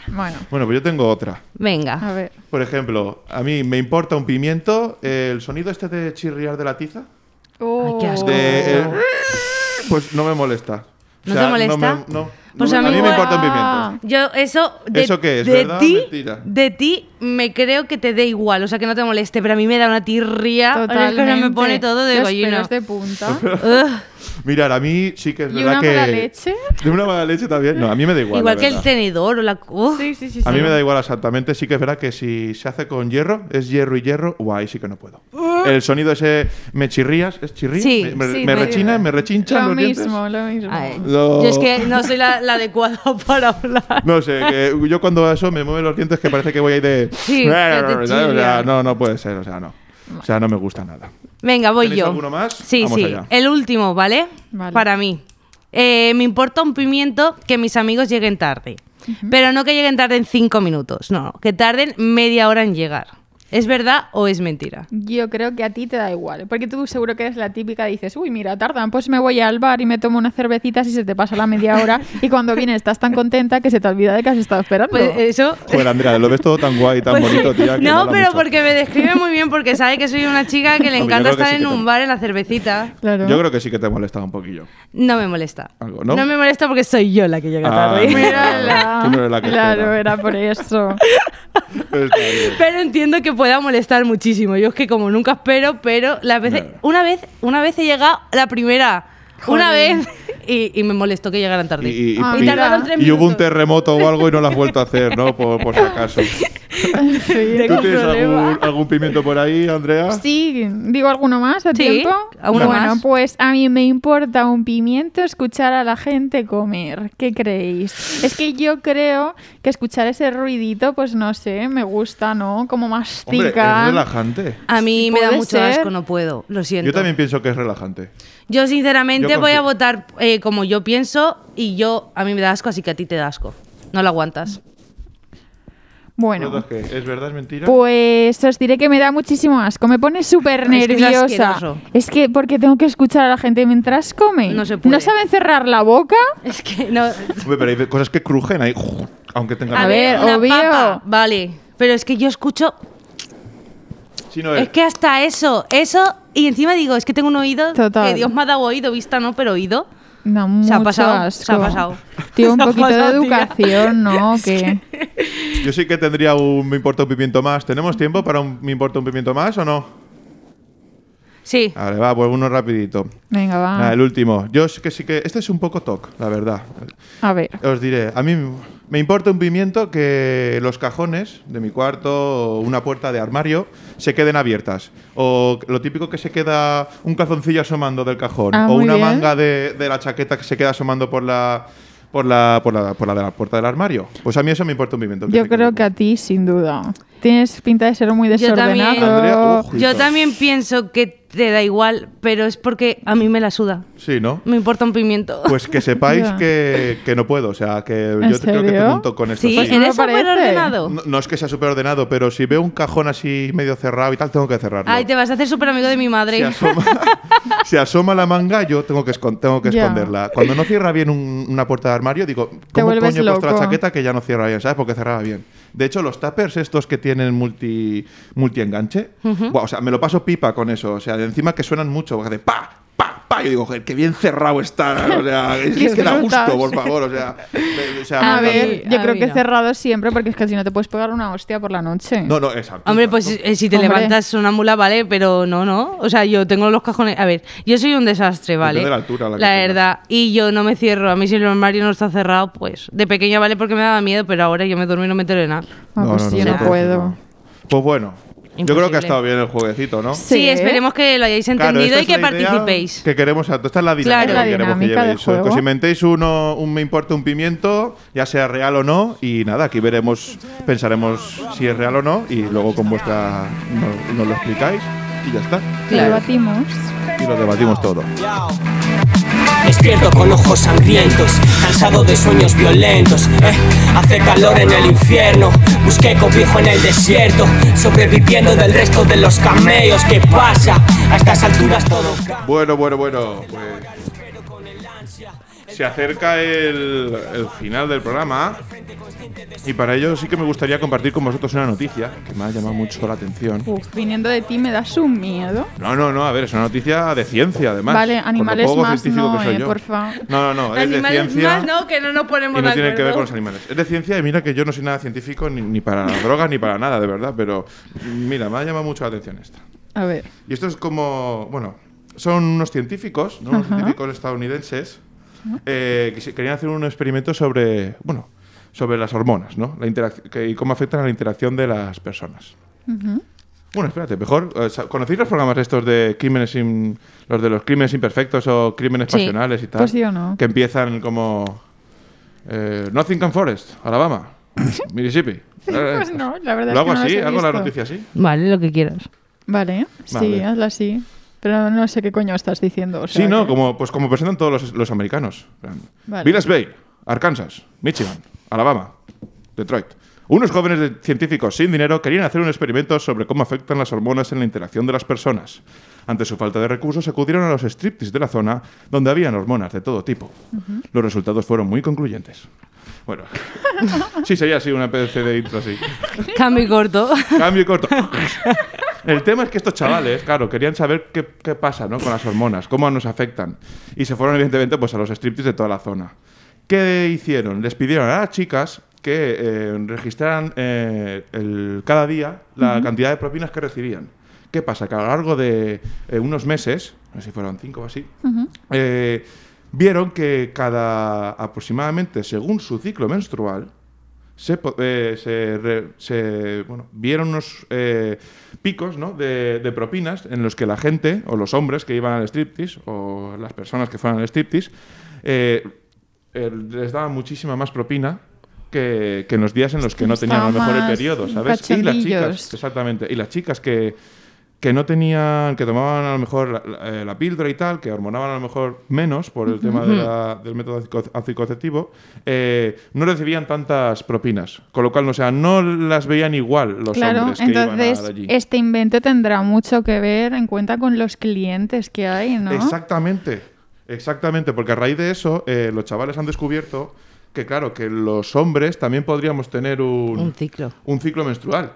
Speaker 4: Bueno,
Speaker 1: Bueno, pues yo tengo otra.
Speaker 3: venga.
Speaker 4: A ver.
Speaker 1: Por ejemplo, a mí me importa un pimiento, eh, el sonido este de chirriar de la tiza.
Speaker 4: Oh.
Speaker 1: de- eh, el- pues no me molesta. O
Speaker 3: ¿No
Speaker 1: sea,
Speaker 3: te molesta?
Speaker 1: me- no.
Speaker 3: Pues
Speaker 1: No, a mí me
Speaker 3: igual-
Speaker 1: importa un pimiento.
Speaker 3: Yo, eso. De,
Speaker 1: ¿Eso qué es,
Speaker 3: de
Speaker 1: verdad o
Speaker 3: ti-
Speaker 1: mentira?
Speaker 3: De ti me creo que te dé igual, o sea que no te moleste, pero a mí me da una tirria. o sea, es que
Speaker 4: Totalmente. este
Speaker 3: me pone todo de
Speaker 4: Los
Speaker 3: gollino.
Speaker 4: pelos de punta.
Speaker 1: Mirar, a mí sí que es
Speaker 4: ¿Y
Speaker 1: verdad
Speaker 4: una
Speaker 1: que.
Speaker 4: mala leche?
Speaker 1: De una mala leche también. No, a mí me da igual.
Speaker 3: Igual,
Speaker 1: la
Speaker 3: que el
Speaker 1: verdad.
Speaker 3: tenedor o la. ¡Oh!
Speaker 1: A mí me da igual exactamente. Sí que es verdad que si se hace con hierro, es hierro y hierro. Guay, sí que no puedo. El sonido ese me chirrías, es chirrías.
Speaker 3: Uh. Sí,
Speaker 1: me, me-
Speaker 3: sí,
Speaker 1: me
Speaker 3: te-
Speaker 1: rechina, me rechincha.
Speaker 4: Lo
Speaker 1: los dientes.
Speaker 4: mismo, lo mismo.
Speaker 1: No.
Speaker 3: Yo es que no soy la, la adecuada para hablar.
Speaker 1: No sé, que yo cuando eso me mueven los dientes que parece que voy a ir de.
Speaker 3: Sí, que te
Speaker 1: o sea,
Speaker 3: chirría.
Speaker 1: no, no puede ser, o sea, no. O sea, no me gusta nada.
Speaker 3: Venga, voy
Speaker 1: ¿Tenéis
Speaker 3: yo.
Speaker 1: alguno más?
Speaker 3: Sí,
Speaker 1: Vamos
Speaker 3: sí.
Speaker 1: allá.
Speaker 3: El último, ¿vale?
Speaker 4: Vale.
Speaker 3: Para mí. Eh, me importa un pimiento que mis amigos lleguen tarde. Pero no que lleguen tarde en cinco minutos. No, que tarden media hora en llegar. ¿Es verdad o es mentira?
Speaker 4: Yo creo que a ti te da igual, porque tú seguro que eres la típica, dices, uy, mira, tardan, pues me voy al bar y me tomo unas cervecitas y se te pasa la media hora y cuando vienes estás tan contenta que se te olvida de que has estado esperando.
Speaker 3: Pues eso.
Speaker 1: Joder, Andrea, lo ves todo tan guay, tan
Speaker 3: Pues-
Speaker 1: bonito, tía. que
Speaker 3: no,
Speaker 1: mola
Speaker 3: pero
Speaker 1: mucho.
Speaker 3: porque me describe muy bien, porque sabe que soy una chica que le
Speaker 1: Yo
Speaker 3: encanta
Speaker 1: creo que
Speaker 3: estar
Speaker 1: sí que
Speaker 3: en
Speaker 1: te-
Speaker 3: un bar en la cervecita.
Speaker 4: Claro.
Speaker 1: Yo creo que sí que te ha molestado un poquillo.
Speaker 3: No me molesta.
Speaker 1: Algo, ¿no?
Speaker 3: me molesta porque soy yo la que llega
Speaker 1: Ah,
Speaker 3: tarde.
Speaker 1: Mírala. Tú no eres la que
Speaker 4: Claro,
Speaker 1: espera.
Speaker 4: era por eso.
Speaker 1: Está bien.
Speaker 3: Pero entiendo que pueda molestar muchísimo. Yo es que como nunca espero, pero las veces, una vez, una vez he llegado la primera, una
Speaker 4: Joder.
Speaker 3: vez y, y me molestó que llegaran tarde.
Speaker 1: Y, y-
Speaker 3: Ah,
Speaker 1: y-
Speaker 3: tardaron tres
Speaker 1: y hubo un
Speaker 3: minutos.
Speaker 1: terremoto o algo y no lo has vuelto a hacer, ¿no? Por, por si acaso. ¿Tú tienes algún, algún pimiento por ahí, Andrea?
Speaker 4: Sí, digo alguno más a
Speaker 3: Sí,
Speaker 4: tiempo.
Speaker 3: alguno
Speaker 4: bueno,
Speaker 3: más.
Speaker 4: pues a mí me importa un pimiento escuchar a la gente comer. ¿Qué creéis? Es que yo creo que escuchar ese ruidito, pues no sé, me gusta, ¿no? Como
Speaker 1: Hombre, es
Speaker 4: mastican.
Speaker 1: relajante.
Speaker 3: A mí
Speaker 4: Sí,
Speaker 3: me da
Speaker 4: puede
Speaker 3: mucho
Speaker 4: ser.
Speaker 3: asco, no puedo. Lo siento.
Speaker 1: Yo también pienso que es relajante.
Speaker 3: Yo, sinceramente
Speaker 1: Yo
Speaker 3: voy a
Speaker 1: confío.
Speaker 3: votar eh, como yo pienso y yo a mí me da asco, así que a ti te da asco. No lo aguantas.
Speaker 4: Bueno.
Speaker 1: Lo otro es que, ¿Es verdad? ¿Es mentira?
Speaker 4: Pues os diré que me da muchísimo asco, me pone súper
Speaker 3: Es que es
Speaker 4: nerviosa.
Speaker 3: asqueroso.
Speaker 4: Es que porque tengo que escuchar a la gente mientras come. No se
Speaker 3: puede.
Speaker 4: ¿No saben cerrar la boca?
Speaker 3: Es que no.
Speaker 1: Hombre, pero hay cosas que crujen ahí, aunque tengan...
Speaker 4: A ver,
Speaker 3: una
Speaker 4: obvio.
Speaker 3: papa, vale. Pero es que yo escucho.
Speaker 1: Sí, no
Speaker 3: Es que hasta eso, eso. Y encima digo, es que tengo un oído. Que Dios me ha dado oído, vista no, pero oído.
Speaker 4: No,
Speaker 3: Se ha
Speaker 4: mucho
Speaker 3: pasado,
Speaker 4: asco.
Speaker 3: se ha pasado.
Speaker 4: Tío, un
Speaker 3: Se ha
Speaker 4: poquito de
Speaker 3: pasado, tía.
Speaker 4: educación, ¿no? Que...
Speaker 1: Yo sí que tendría un Me importa un pimiento más. ¿Tenemos tiempo para un Me importa un pimiento más o no?
Speaker 3: Sí.
Speaker 1: Vale, va, pues uno rapidito.
Speaker 4: Venga, va.
Speaker 1: Nada, el último. Yo sí que sí que... Este es un poco toc, la verdad.
Speaker 4: A ver.
Speaker 1: Os diré, a mí me importa un pimiento que los cajones de mi cuarto o una puerta de armario se queden abiertas. O lo típico que se queda un calzoncillo asomando del cajón.
Speaker 4: Ah,
Speaker 1: o
Speaker 4: muy
Speaker 1: una
Speaker 4: bien.
Speaker 1: manga de, de la chaqueta que se queda asomando por la... Por la, por, la, por la de la puerta del armario. Pues a mí eso me importa un pimiento. que
Speaker 4: Yo
Speaker 1: se quede.
Speaker 4: creo que a ti, sin duda. Tienes pinta de ser muy
Speaker 3: Yo también,
Speaker 1: uh,
Speaker 4: desordenado.
Speaker 3: yo también pienso que te da igual, pero es porque a mí me la suda.
Speaker 1: Sí, ¿no?
Speaker 3: Me importa un pimiento.
Speaker 1: Pues que sepáis
Speaker 3: Ya.
Speaker 1: que, que no puedo. O sea, que
Speaker 3: ¿En
Speaker 1: yo te- creo que
Speaker 3: serio?
Speaker 1: tengo un toque con esto.
Speaker 3: Sí, Pues
Speaker 1: sí.
Speaker 3: eres súper ordenado.
Speaker 1: No, no es que sea súper ordenado, pero si veo un cajón así medio cerrado y tal, tengo que cerrarlo.
Speaker 3: Ay, te vas a hacer súper amigo de mi
Speaker 1: Se
Speaker 3: madre.
Speaker 1: asoma, se asoma la manga, yo tengo que, escon- tengo que
Speaker 3: Ya.
Speaker 1: esconderla. Cuando no cierra bien un- una puerta de armario, digo,
Speaker 4: Te
Speaker 1: ¿cómo coño
Speaker 4: vuelves
Speaker 1: he puesto la
Speaker 4: loco.
Speaker 1: chaqueta que ya no cierra bien? ¿Sabes? Porque cerraba bien. De hecho, los tuppers estos que tienen multi, multienganche,
Speaker 4: Ujú.
Speaker 1: buah, o sea, me lo paso pipa con eso. O sea, de encima que suenan mucho, porque hace pa, pa, pa. Yo digo, joder, qué bien cerrado está. O sea, es
Speaker 4: Qué
Speaker 1: que, da
Speaker 4: brutas.
Speaker 1: gusto, por favor. O sea, de- de- o sea,
Speaker 4: A
Speaker 1: mátame.
Speaker 4: ver, yo creo que cerrado siempre porque es que si no te puedes pegar una hostia por la noche. Ah,
Speaker 1: No, no, exacto.
Speaker 3: Hombre, pues eh, si te
Speaker 4: Hombre.
Speaker 3: levantas una mula, vale, pero no, no. O sea, yo tengo los cajones. A ver, yo soy un desastre, ¿vale?
Speaker 1: Depende de la altura a la que tengas.
Speaker 3: verdad. Y yo no me cierro. A mí, si el armario no está cerrado, pues de pequeña, vale, porque me daba miedo, pero ahora yo me duermo y no me entero de nada.
Speaker 1: No, pues no, no, yo no no. puedo. Pues bueno, yo creo que
Speaker 3: Imposible.
Speaker 1: ha estado bien el jueguecito, ¿no?
Speaker 3: Sí, esperemos que lo hayáis
Speaker 1: Claro,
Speaker 3: entendido
Speaker 1: esta
Speaker 3: y
Speaker 1: es
Speaker 3: que
Speaker 1: la idea
Speaker 3: participéis.
Speaker 1: Que queremos, exacto, esta es la dinámica
Speaker 3: Claro.
Speaker 1: que
Speaker 3: Es la
Speaker 1: queremos que
Speaker 3: dinámica
Speaker 1: llevéis.
Speaker 3: del juego.
Speaker 1: Que os inventéis uno, un me importa un pimiento, ya sea real o no, y nada, aquí veremos, pensaremos si es real o no, y luego con vuestra no- nos lo explicáis y ya está.
Speaker 4: Lo batimos.
Speaker 1: Y lo debatimos todo.
Speaker 7: Despierto con ojos sangrientos, cansado de sueños violentos. eh. hace calor en el infierno, busqué cobijo en el desierto, sobreviviendo del resto de los camellos. ¿Qué pasa? A estas alturas todo.
Speaker 1: Bueno, bueno, bueno, pues se acerca el, el final del programa y para ello sí que me gustaría compartir con vosotros una noticia que me ha llamado mucho la atención.
Speaker 4: Uf, viniendo de ti me das un miedo.
Speaker 1: No, no, no, a ver, es una noticia de ciencia además.
Speaker 4: vale,
Speaker 1: con lo
Speaker 4: animales
Speaker 1: poco
Speaker 4: más
Speaker 1: científico
Speaker 4: no,
Speaker 1: que soy
Speaker 4: eh,
Speaker 1: yo.
Speaker 4: por favor.
Speaker 1: No, no, no, es de
Speaker 3: Animales
Speaker 1: ciencia.
Speaker 3: más, no, que no nos ponemos
Speaker 1: Y no
Speaker 3: de
Speaker 1: tienen que ver
Speaker 3: acuerdo.
Speaker 1: con los animales. Es de ciencia y mira que yo no soy nada científico ni, ni para las drogas ni para nada, de verdad, pero mira, me ha llamado mucho la atención esta.
Speaker 4: A ver.
Speaker 1: Y esto es como, bueno, son unos científicos, ¿no? Unos
Speaker 4: Ajá.
Speaker 1: científicos estadounidenses eh, que se- querían hacer un experimento sobre, bueno, sobre las hormonas, ¿no? La interac- que- y cómo afectan a la interacción de las personas.
Speaker 2: Ujú.
Speaker 1: Bueno, espérate, mejor. eh, sa- ¿Conocéis los programas estos de crímenes sin- los de los crímenes imperfectos o crímenes
Speaker 4: Sí.
Speaker 1: pasionales y tal?
Speaker 4: Pues yo no.
Speaker 1: Que empiezan como eh, Nothing Can Forest, Alabama, Mississippi.
Speaker 4: Pues no, la verdad
Speaker 1: Lo hago
Speaker 4: es que no los
Speaker 1: así,
Speaker 4: he
Speaker 1: hago la
Speaker 4: visto.
Speaker 1: noticia así.
Speaker 3: Vale, lo que quieras.
Speaker 4: Vale, sí,
Speaker 1: Vale.
Speaker 4: hazla así. Pero no sé qué coño estás diciendo. o sea
Speaker 1: sí, no,
Speaker 4: que-
Speaker 1: como, pues como presentan todos los, los americanos.
Speaker 4: Vale.
Speaker 1: Villas Bay, Arkansas, Michigan, Alabama, Detroit. Unos jóvenes de- científicos sin dinero querían hacer un experimento sobre cómo afectan las hormonas en la interacción de las personas. Ante su falta de recursos, acudieron a los striptease de la zona, donde habían hormonas de todo tipo.
Speaker 2: Ujú.
Speaker 1: Los resultados fueron muy concluyentes. Bueno, sí sería así una especie de intro así.
Speaker 3: Cambio y corto.
Speaker 1: Cambio y corto. El tema es que estos chavales, claro, querían saber qué, qué pasa ¿no? con las hormonas, cómo nos afectan. Y se fueron, evidentemente, pues, a los striptease de toda la zona. ¿Qué hicieron? Les pidieron a las chicas que eh, registraran eh, el- cada día la
Speaker 11: Ujú.
Speaker 1: cantidad de propinas que recibían. ¿Qué pasa? Que a lo largo de eh, unos meses, no sé si fueron cinco o así, eh, vieron que cada aproximadamente, según su ciclo menstrual, se, po- eh, se re- se, bueno, vieron unos eh, picos ¿no? de, de propinas en los que la gente, o los hombres que iban al striptease, o las personas que fueran al striptease, eh, eh, les daban muchísima más propina que, que en los días en los que no tenían a lo mejor el
Speaker 11: Estaban más
Speaker 1: periodo, ¿sabes? Y las
Speaker 11: cachondillos.
Speaker 1: chicas, exactamente, y las chicas que, que no tenían, que tomaban a lo mejor la, la- eh, la píldora y tal, que hormonaban a lo mejor menos por el tema de la- del método antico- anticonceptivo, eh, no recibían tantas propinas. Con lo cual, no, o sea, no las veían igual los
Speaker 4: Claro,
Speaker 1: hombres que
Speaker 4: entonces
Speaker 1: iban a- allí.
Speaker 4: este invento tendrá mucho que ver en cuenta con los clientes que hay, ¿no?
Speaker 1: Exactamente, exactamente, porque a raíz de eso eh, los chavales han descubierto que claro, que los hombres también podríamos tener un,
Speaker 3: Un ciclo.
Speaker 1: un ciclo menstrual.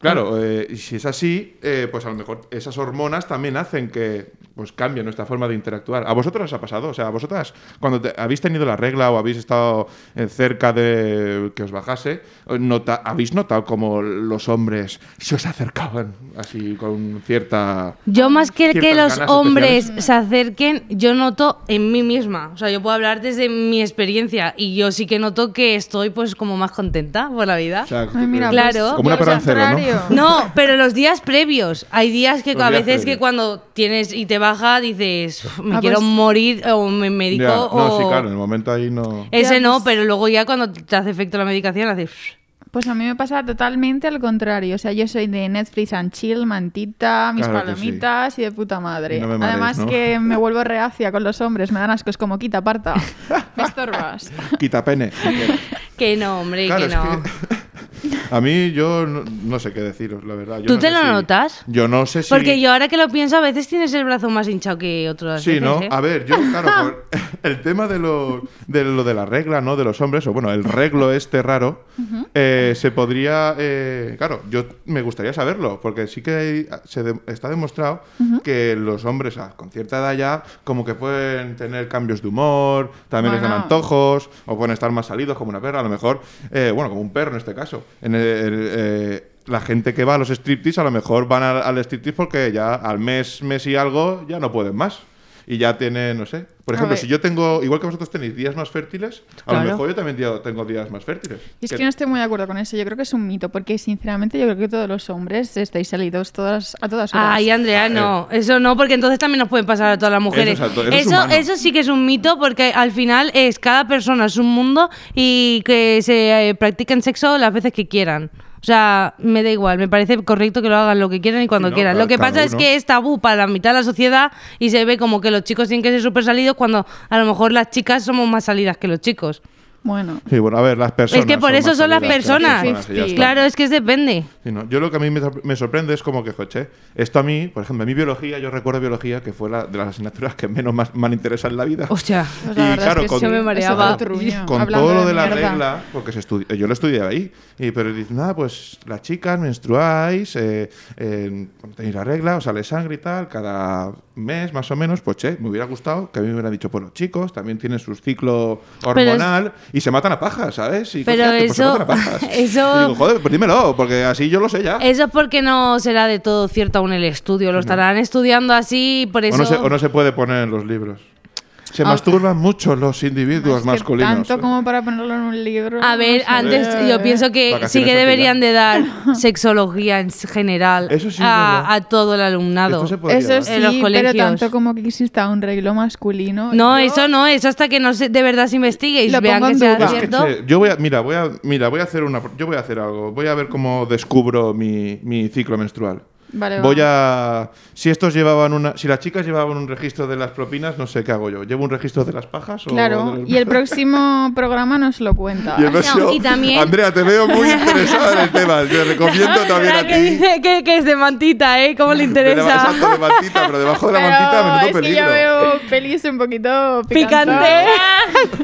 Speaker 1: Claro, eh, y si es así, eh, pues a lo mejor esas hormonas también hacen que pues cambie nuestra forma de interactuar. ¿A vosotras os ha pasado? O sea, ¿a vosotras cuando te- habéis tenido la regla o habéis estado eh, cerca de que os bajase, nota, habéis notado como los hombres se os acercaban así con cierta...
Speaker 3: Yo más que que
Speaker 1: ciertas
Speaker 3: los
Speaker 1: ganas
Speaker 3: hombres
Speaker 1: especiales?
Speaker 3: se acerquen, yo noto en mí misma. O sea, yo puedo hablar desde mi experiencia y yo sí que noto que estoy pues como más contenta por la vida.
Speaker 1: O sea,
Speaker 3: Ay, mira, Claro.
Speaker 1: como una
Speaker 3: yo
Speaker 1: perra
Speaker 3: al
Speaker 1: en celo, ¿no?
Speaker 3: No, pero los días previos. Hay días que
Speaker 1: Los
Speaker 3: a
Speaker 1: días
Speaker 3: veces
Speaker 1: previos.
Speaker 3: que cuando tienes y te baja dices, "Uf, me
Speaker 1: Ah,
Speaker 3: quiero
Speaker 1: pues-
Speaker 3: morir o me "Oh". medico
Speaker 1: Ya, No,
Speaker 3: o...
Speaker 1: sí, claro, en el momento ahí no.
Speaker 3: Ese no, pero luego ya cuando te hace efecto la medicación haces...
Speaker 4: Pues a mí me pasa totalmente al contrario. O sea, yo soy de Netflix and chill, mantita, mis
Speaker 1: Claro que
Speaker 4: palomitas y de puta madre.
Speaker 1: Y no me marees,
Speaker 4: Además
Speaker 1: ¿no?
Speaker 4: que me vuelvo reacia con los hombres, me dan ascos como quita, aparta, me estorbas.
Speaker 1: Quita pene.
Speaker 3: Que no, hombre,
Speaker 1: Claro,
Speaker 3: que
Speaker 1: es
Speaker 3: no.
Speaker 1: A mí yo no, no sé qué deciros, la verdad. Yo
Speaker 3: ¿Tú
Speaker 1: no
Speaker 3: te
Speaker 1: sé
Speaker 3: lo
Speaker 1: si-
Speaker 3: notas?
Speaker 1: Yo no sé si.
Speaker 3: Porque yo ahora que lo pienso, a veces tienes el brazo más hinchado que otras
Speaker 1: Sí,
Speaker 3: veces,
Speaker 1: ¿no?
Speaker 3: ¿eh?
Speaker 1: A ver, yo, claro, por- el tema de lo, de lo de la regla, ¿no? De los hombres, o bueno, el reglo este raro, eh, se podría. eh, claro, yo me gustaría saberlo, porque sí que hay- se de- está demostrado que los hombres ah, con cierta edad ya, como que pueden tener cambios de humor, también les dan
Speaker 12: Bueno.
Speaker 1: antojos, o pueden estar más salidos como una perra, a lo mejor, eh, bueno, como un perro en este caso. En el- el, eh, la gente que va a los striptease, a lo mejor van al, al striptease porque ya al mes, mes y algo, ya no pueden más. Y ya tienen, no sé. Por
Speaker 4: A
Speaker 1: ejemplo,
Speaker 4: ver.
Speaker 1: si yo tengo, igual que vosotros tenéis días más fértiles, a
Speaker 4: Claro.
Speaker 1: lo mejor yo también dia- tengo días más fértiles.
Speaker 4: Y es
Speaker 1: Que-
Speaker 4: que no estoy muy de acuerdo con eso. Yo creo que es un mito, porque sinceramente yo creo que todos los hombres estáis salidos todas, a todas horas.
Speaker 3: Ay, Andrea, no, eso no, porque entonces también nos pueden pasar a todas las mujeres.
Speaker 4: Eso es alto- eso es
Speaker 3: eso,
Speaker 4: humano.
Speaker 3: eso sí que es un mito, porque al final es cada persona es un mundo y que se eh, practiquen sexo las veces que quieran. O sea, me da igual, me parece correcto que lo hagan lo que quieran y cuando
Speaker 13: no,
Speaker 3: quieran.
Speaker 13: cada-
Speaker 3: Lo que
Speaker 13: cada
Speaker 3: pasa es
Speaker 13: uno.
Speaker 3: que es tabú para la mitad de la sociedad y se ve como que los chicos tienen que ser súper salidos cuando a lo mejor las chicas somos más salidas que los chicos.
Speaker 4: Bueno.
Speaker 1: Sí, bueno, a ver, las personas.
Speaker 3: es que por eso
Speaker 1: más
Speaker 3: son las
Speaker 1: salidas que
Speaker 3: personas.
Speaker 1: y ya está.
Speaker 3: Claro, es que es depende.
Speaker 1: Sí, no. Yo lo que a mí me, sor- me sorprende es como que, coche, esto a mí, por ejemplo, a mí biología, yo recuerdo biología que fue la de las asignaturas que menos más, me interesa en la vida.
Speaker 3: Hostia,
Speaker 1: y claro, con,
Speaker 3: yo me mareaba.
Speaker 1: con todo lo de, la regla, porque se estudi- yo lo estudié ahí, y, pero dicen, nada, pues las chicas menstruáis, eh, eh, tenéis la regla, os sale sangre y tal, cada mes más o menos, pues che, me hubiera gustado que a mí me hubieran dicho, pues los chicos también tienen su ciclo
Speaker 3: Pero es-
Speaker 1: hormonal y se matan a pajas, ¿sabes? Y,
Speaker 3: Pero
Speaker 1: "Hostia, que, pues, se
Speaker 3: eso-
Speaker 1: matan a pajas".
Speaker 3: eso-
Speaker 1: Y digo, joder, pues dímelo, porque así yo lo sé ya.
Speaker 3: Eso es porque no será de todo cierto aún el estudio. Lo estarán estudiando así y por
Speaker 1: O
Speaker 3: eso.
Speaker 1: no, se, o no se puede poner en los libros. Se
Speaker 3: Ah.
Speaker 1: masturban mucho los individuos masculinos.
Speaker 4: Tanto como para ponerlo en un libro.
Speaker 3: A ver,
Speaker 4: no sé.
Speaker 3: antes
Speaker 1: Eh.
Speaker 3: yo pienso que
Speaker 1: Vacaciones
Speaker 3: sí que
Speaker 1: antes
Speaker 3: deberían de dar sexología en general
Speaker 1: Eso sí es
Speaker 3: a,
Speaker 1: verdad.
Speaker 3: a todo el alumnado.
Speaker 1: Esto se podría
Speaker 4: Eso
Speaker 3: en los
Speaker 4: sí, pero
Speaker 3: colegios.
Speaker 4: tanto como que exista un reglo masculino.
Speaker 3: No,
Speaker 4: yo-
Speaker 3: eso no, eso hasta que no se, de verdad se investigue y
Speaker 4: Lo
Speaker 3: vean
Speaker 4: pongo
Speaker 3: que
Speaker 4: en
Speaker 3: sea
Speaker 1: Es que,
Speaker 3: cierto.
Speaker 1: che, yo voy a, mira, voy a, mira, voy a hacer una, yo voy a hacer algo. Voy a ver cómo descubro mi, mi ciclo menstrual.
Speaker 4: Vale,
Speaker 1: voy
Speaker 4: va.
Speaker 1: a, si estos llevaban una, si las chicas llevaban un registro de las propinas, no sé qué hago yo. Llevo un registro de las pajas. o de
Speaker 4: Claro,
Speaker 1: los-
Speaker 4: y el próximo programa nos lo cuenta.
Speaker 1: Y el próximo- Andrea, te veo muy interesada en el tema. Yo recomiendo también a
Speaker 3: Ah,
Speaker 1: ti.
Speaker 3: que dice que, que es de mantita, ¿eh? ¿Cómo le
Speaker 1: Pero
Speaker 3: interesa?
Speaker 1: exacto, de mantita, pero debajo de la
Speaker 4: Pero
Speaker 1: mantita, menudo
Speaker 4: es que
Speaker 1: peligro.
Speaker 4: yo veo pelis un poquito
Speaker 3: Picante. Eh,
Speaker 4: picantonas.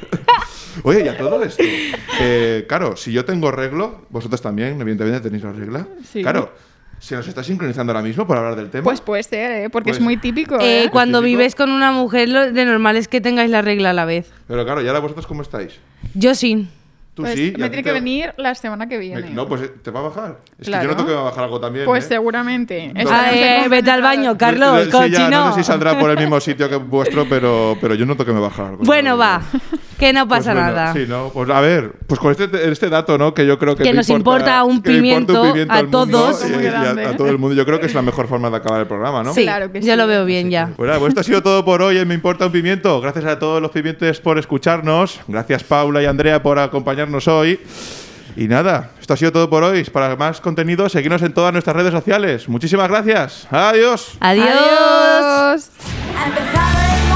Speaker 1: Oye, y a todo esto. eh, claro, si yo tengo reglo, vosotros también, evidentemente tenéis la regla.
Speaker 4: Sí.
Speaker 1: Claro, se nos está sincronizando ahora mismo por hablar del tema.
Speaker 4: Pues puede ser, ¿eh? porque
Speaker 1: Pues-
Speaker 4: es muy típico.
Speaker 3: Eh,
Speaker 4: ¿eh?
Speaker 3: cuando vives con una mujer, lo de normal es que tengáis la regla a la vez.
Speaker 1: Pero claro, ¿y ahora vosotros cómo estáis?
Speaker 3: Yo sí.
Speaker 1: Tú
Speaker 4: Pues
Speaker 1: sí. y a
Speaker 4: me
Speaker 1: ti
Speaker 4: tiene
Speaker 1: te-
Speaker 4: que venir la semana que viene.
Speaker 1: me- No, pues eh, te va a bajar. Es
Speaker 4: Claro.
Speaker 1: que yo noto que me va a bajar algo también.
Speaker 4: pues
Speaker 1: ¿eh?
Speaker 4: seguramente. Estaremos
Speaker 3: Ah, eh,
Speaker 4: en-
Speaker 3: vete al baño, Carlos,
Speaker 1: Sí, ya,
Speaker 3: cochino.
Speaker 1: no sé si saldrá por el mismo sitio que vuestro, pero, pero yo noto que me baja algo.
Speaker 3: Bueno, va. Que no
Speaker 1: Pues
Speaker 3: pasa
Speaker 1: bueno,
Speaker 3: nada.
Speaker 1: Sí, no, pues a ver, pues con este, este dato, ¿no? Que yo creo que,
Speaker 3: Que
Speaker 1: te
Speaker 3: nos importa un
Speaker 1: que le
Speaker 3: pimiento a
Speaker 1: al mundo
Speaker 3: todos.
Speaker 1: y-
Speaker 3: Muy
Speaker 1: y a-
Speaker 3: grande,
Speaker 1: a,
Speaker 3: ¿eh?
Speaker 1: todo el mundo. Yo creo que es la mejor forma de acabar el programa, ¿no?
Speaker 3: Sí, yo lo veo bien ya.
Speaker 1: Bueno, pues esto ha sido todo por hoy en Me Importa un Pimiento. Gracias a todos los pimientes por escucharnos. Gracias Paula y Andrea por acompañarnos hoy. Y nada, esto ha sido todo por hoy. Para más contenido, seguidnos en todas nuestras redes sociales. Muchísimas gracias. Adiós.
Speaker 3: Adiós.
Speaker 2: Ha empezado el Este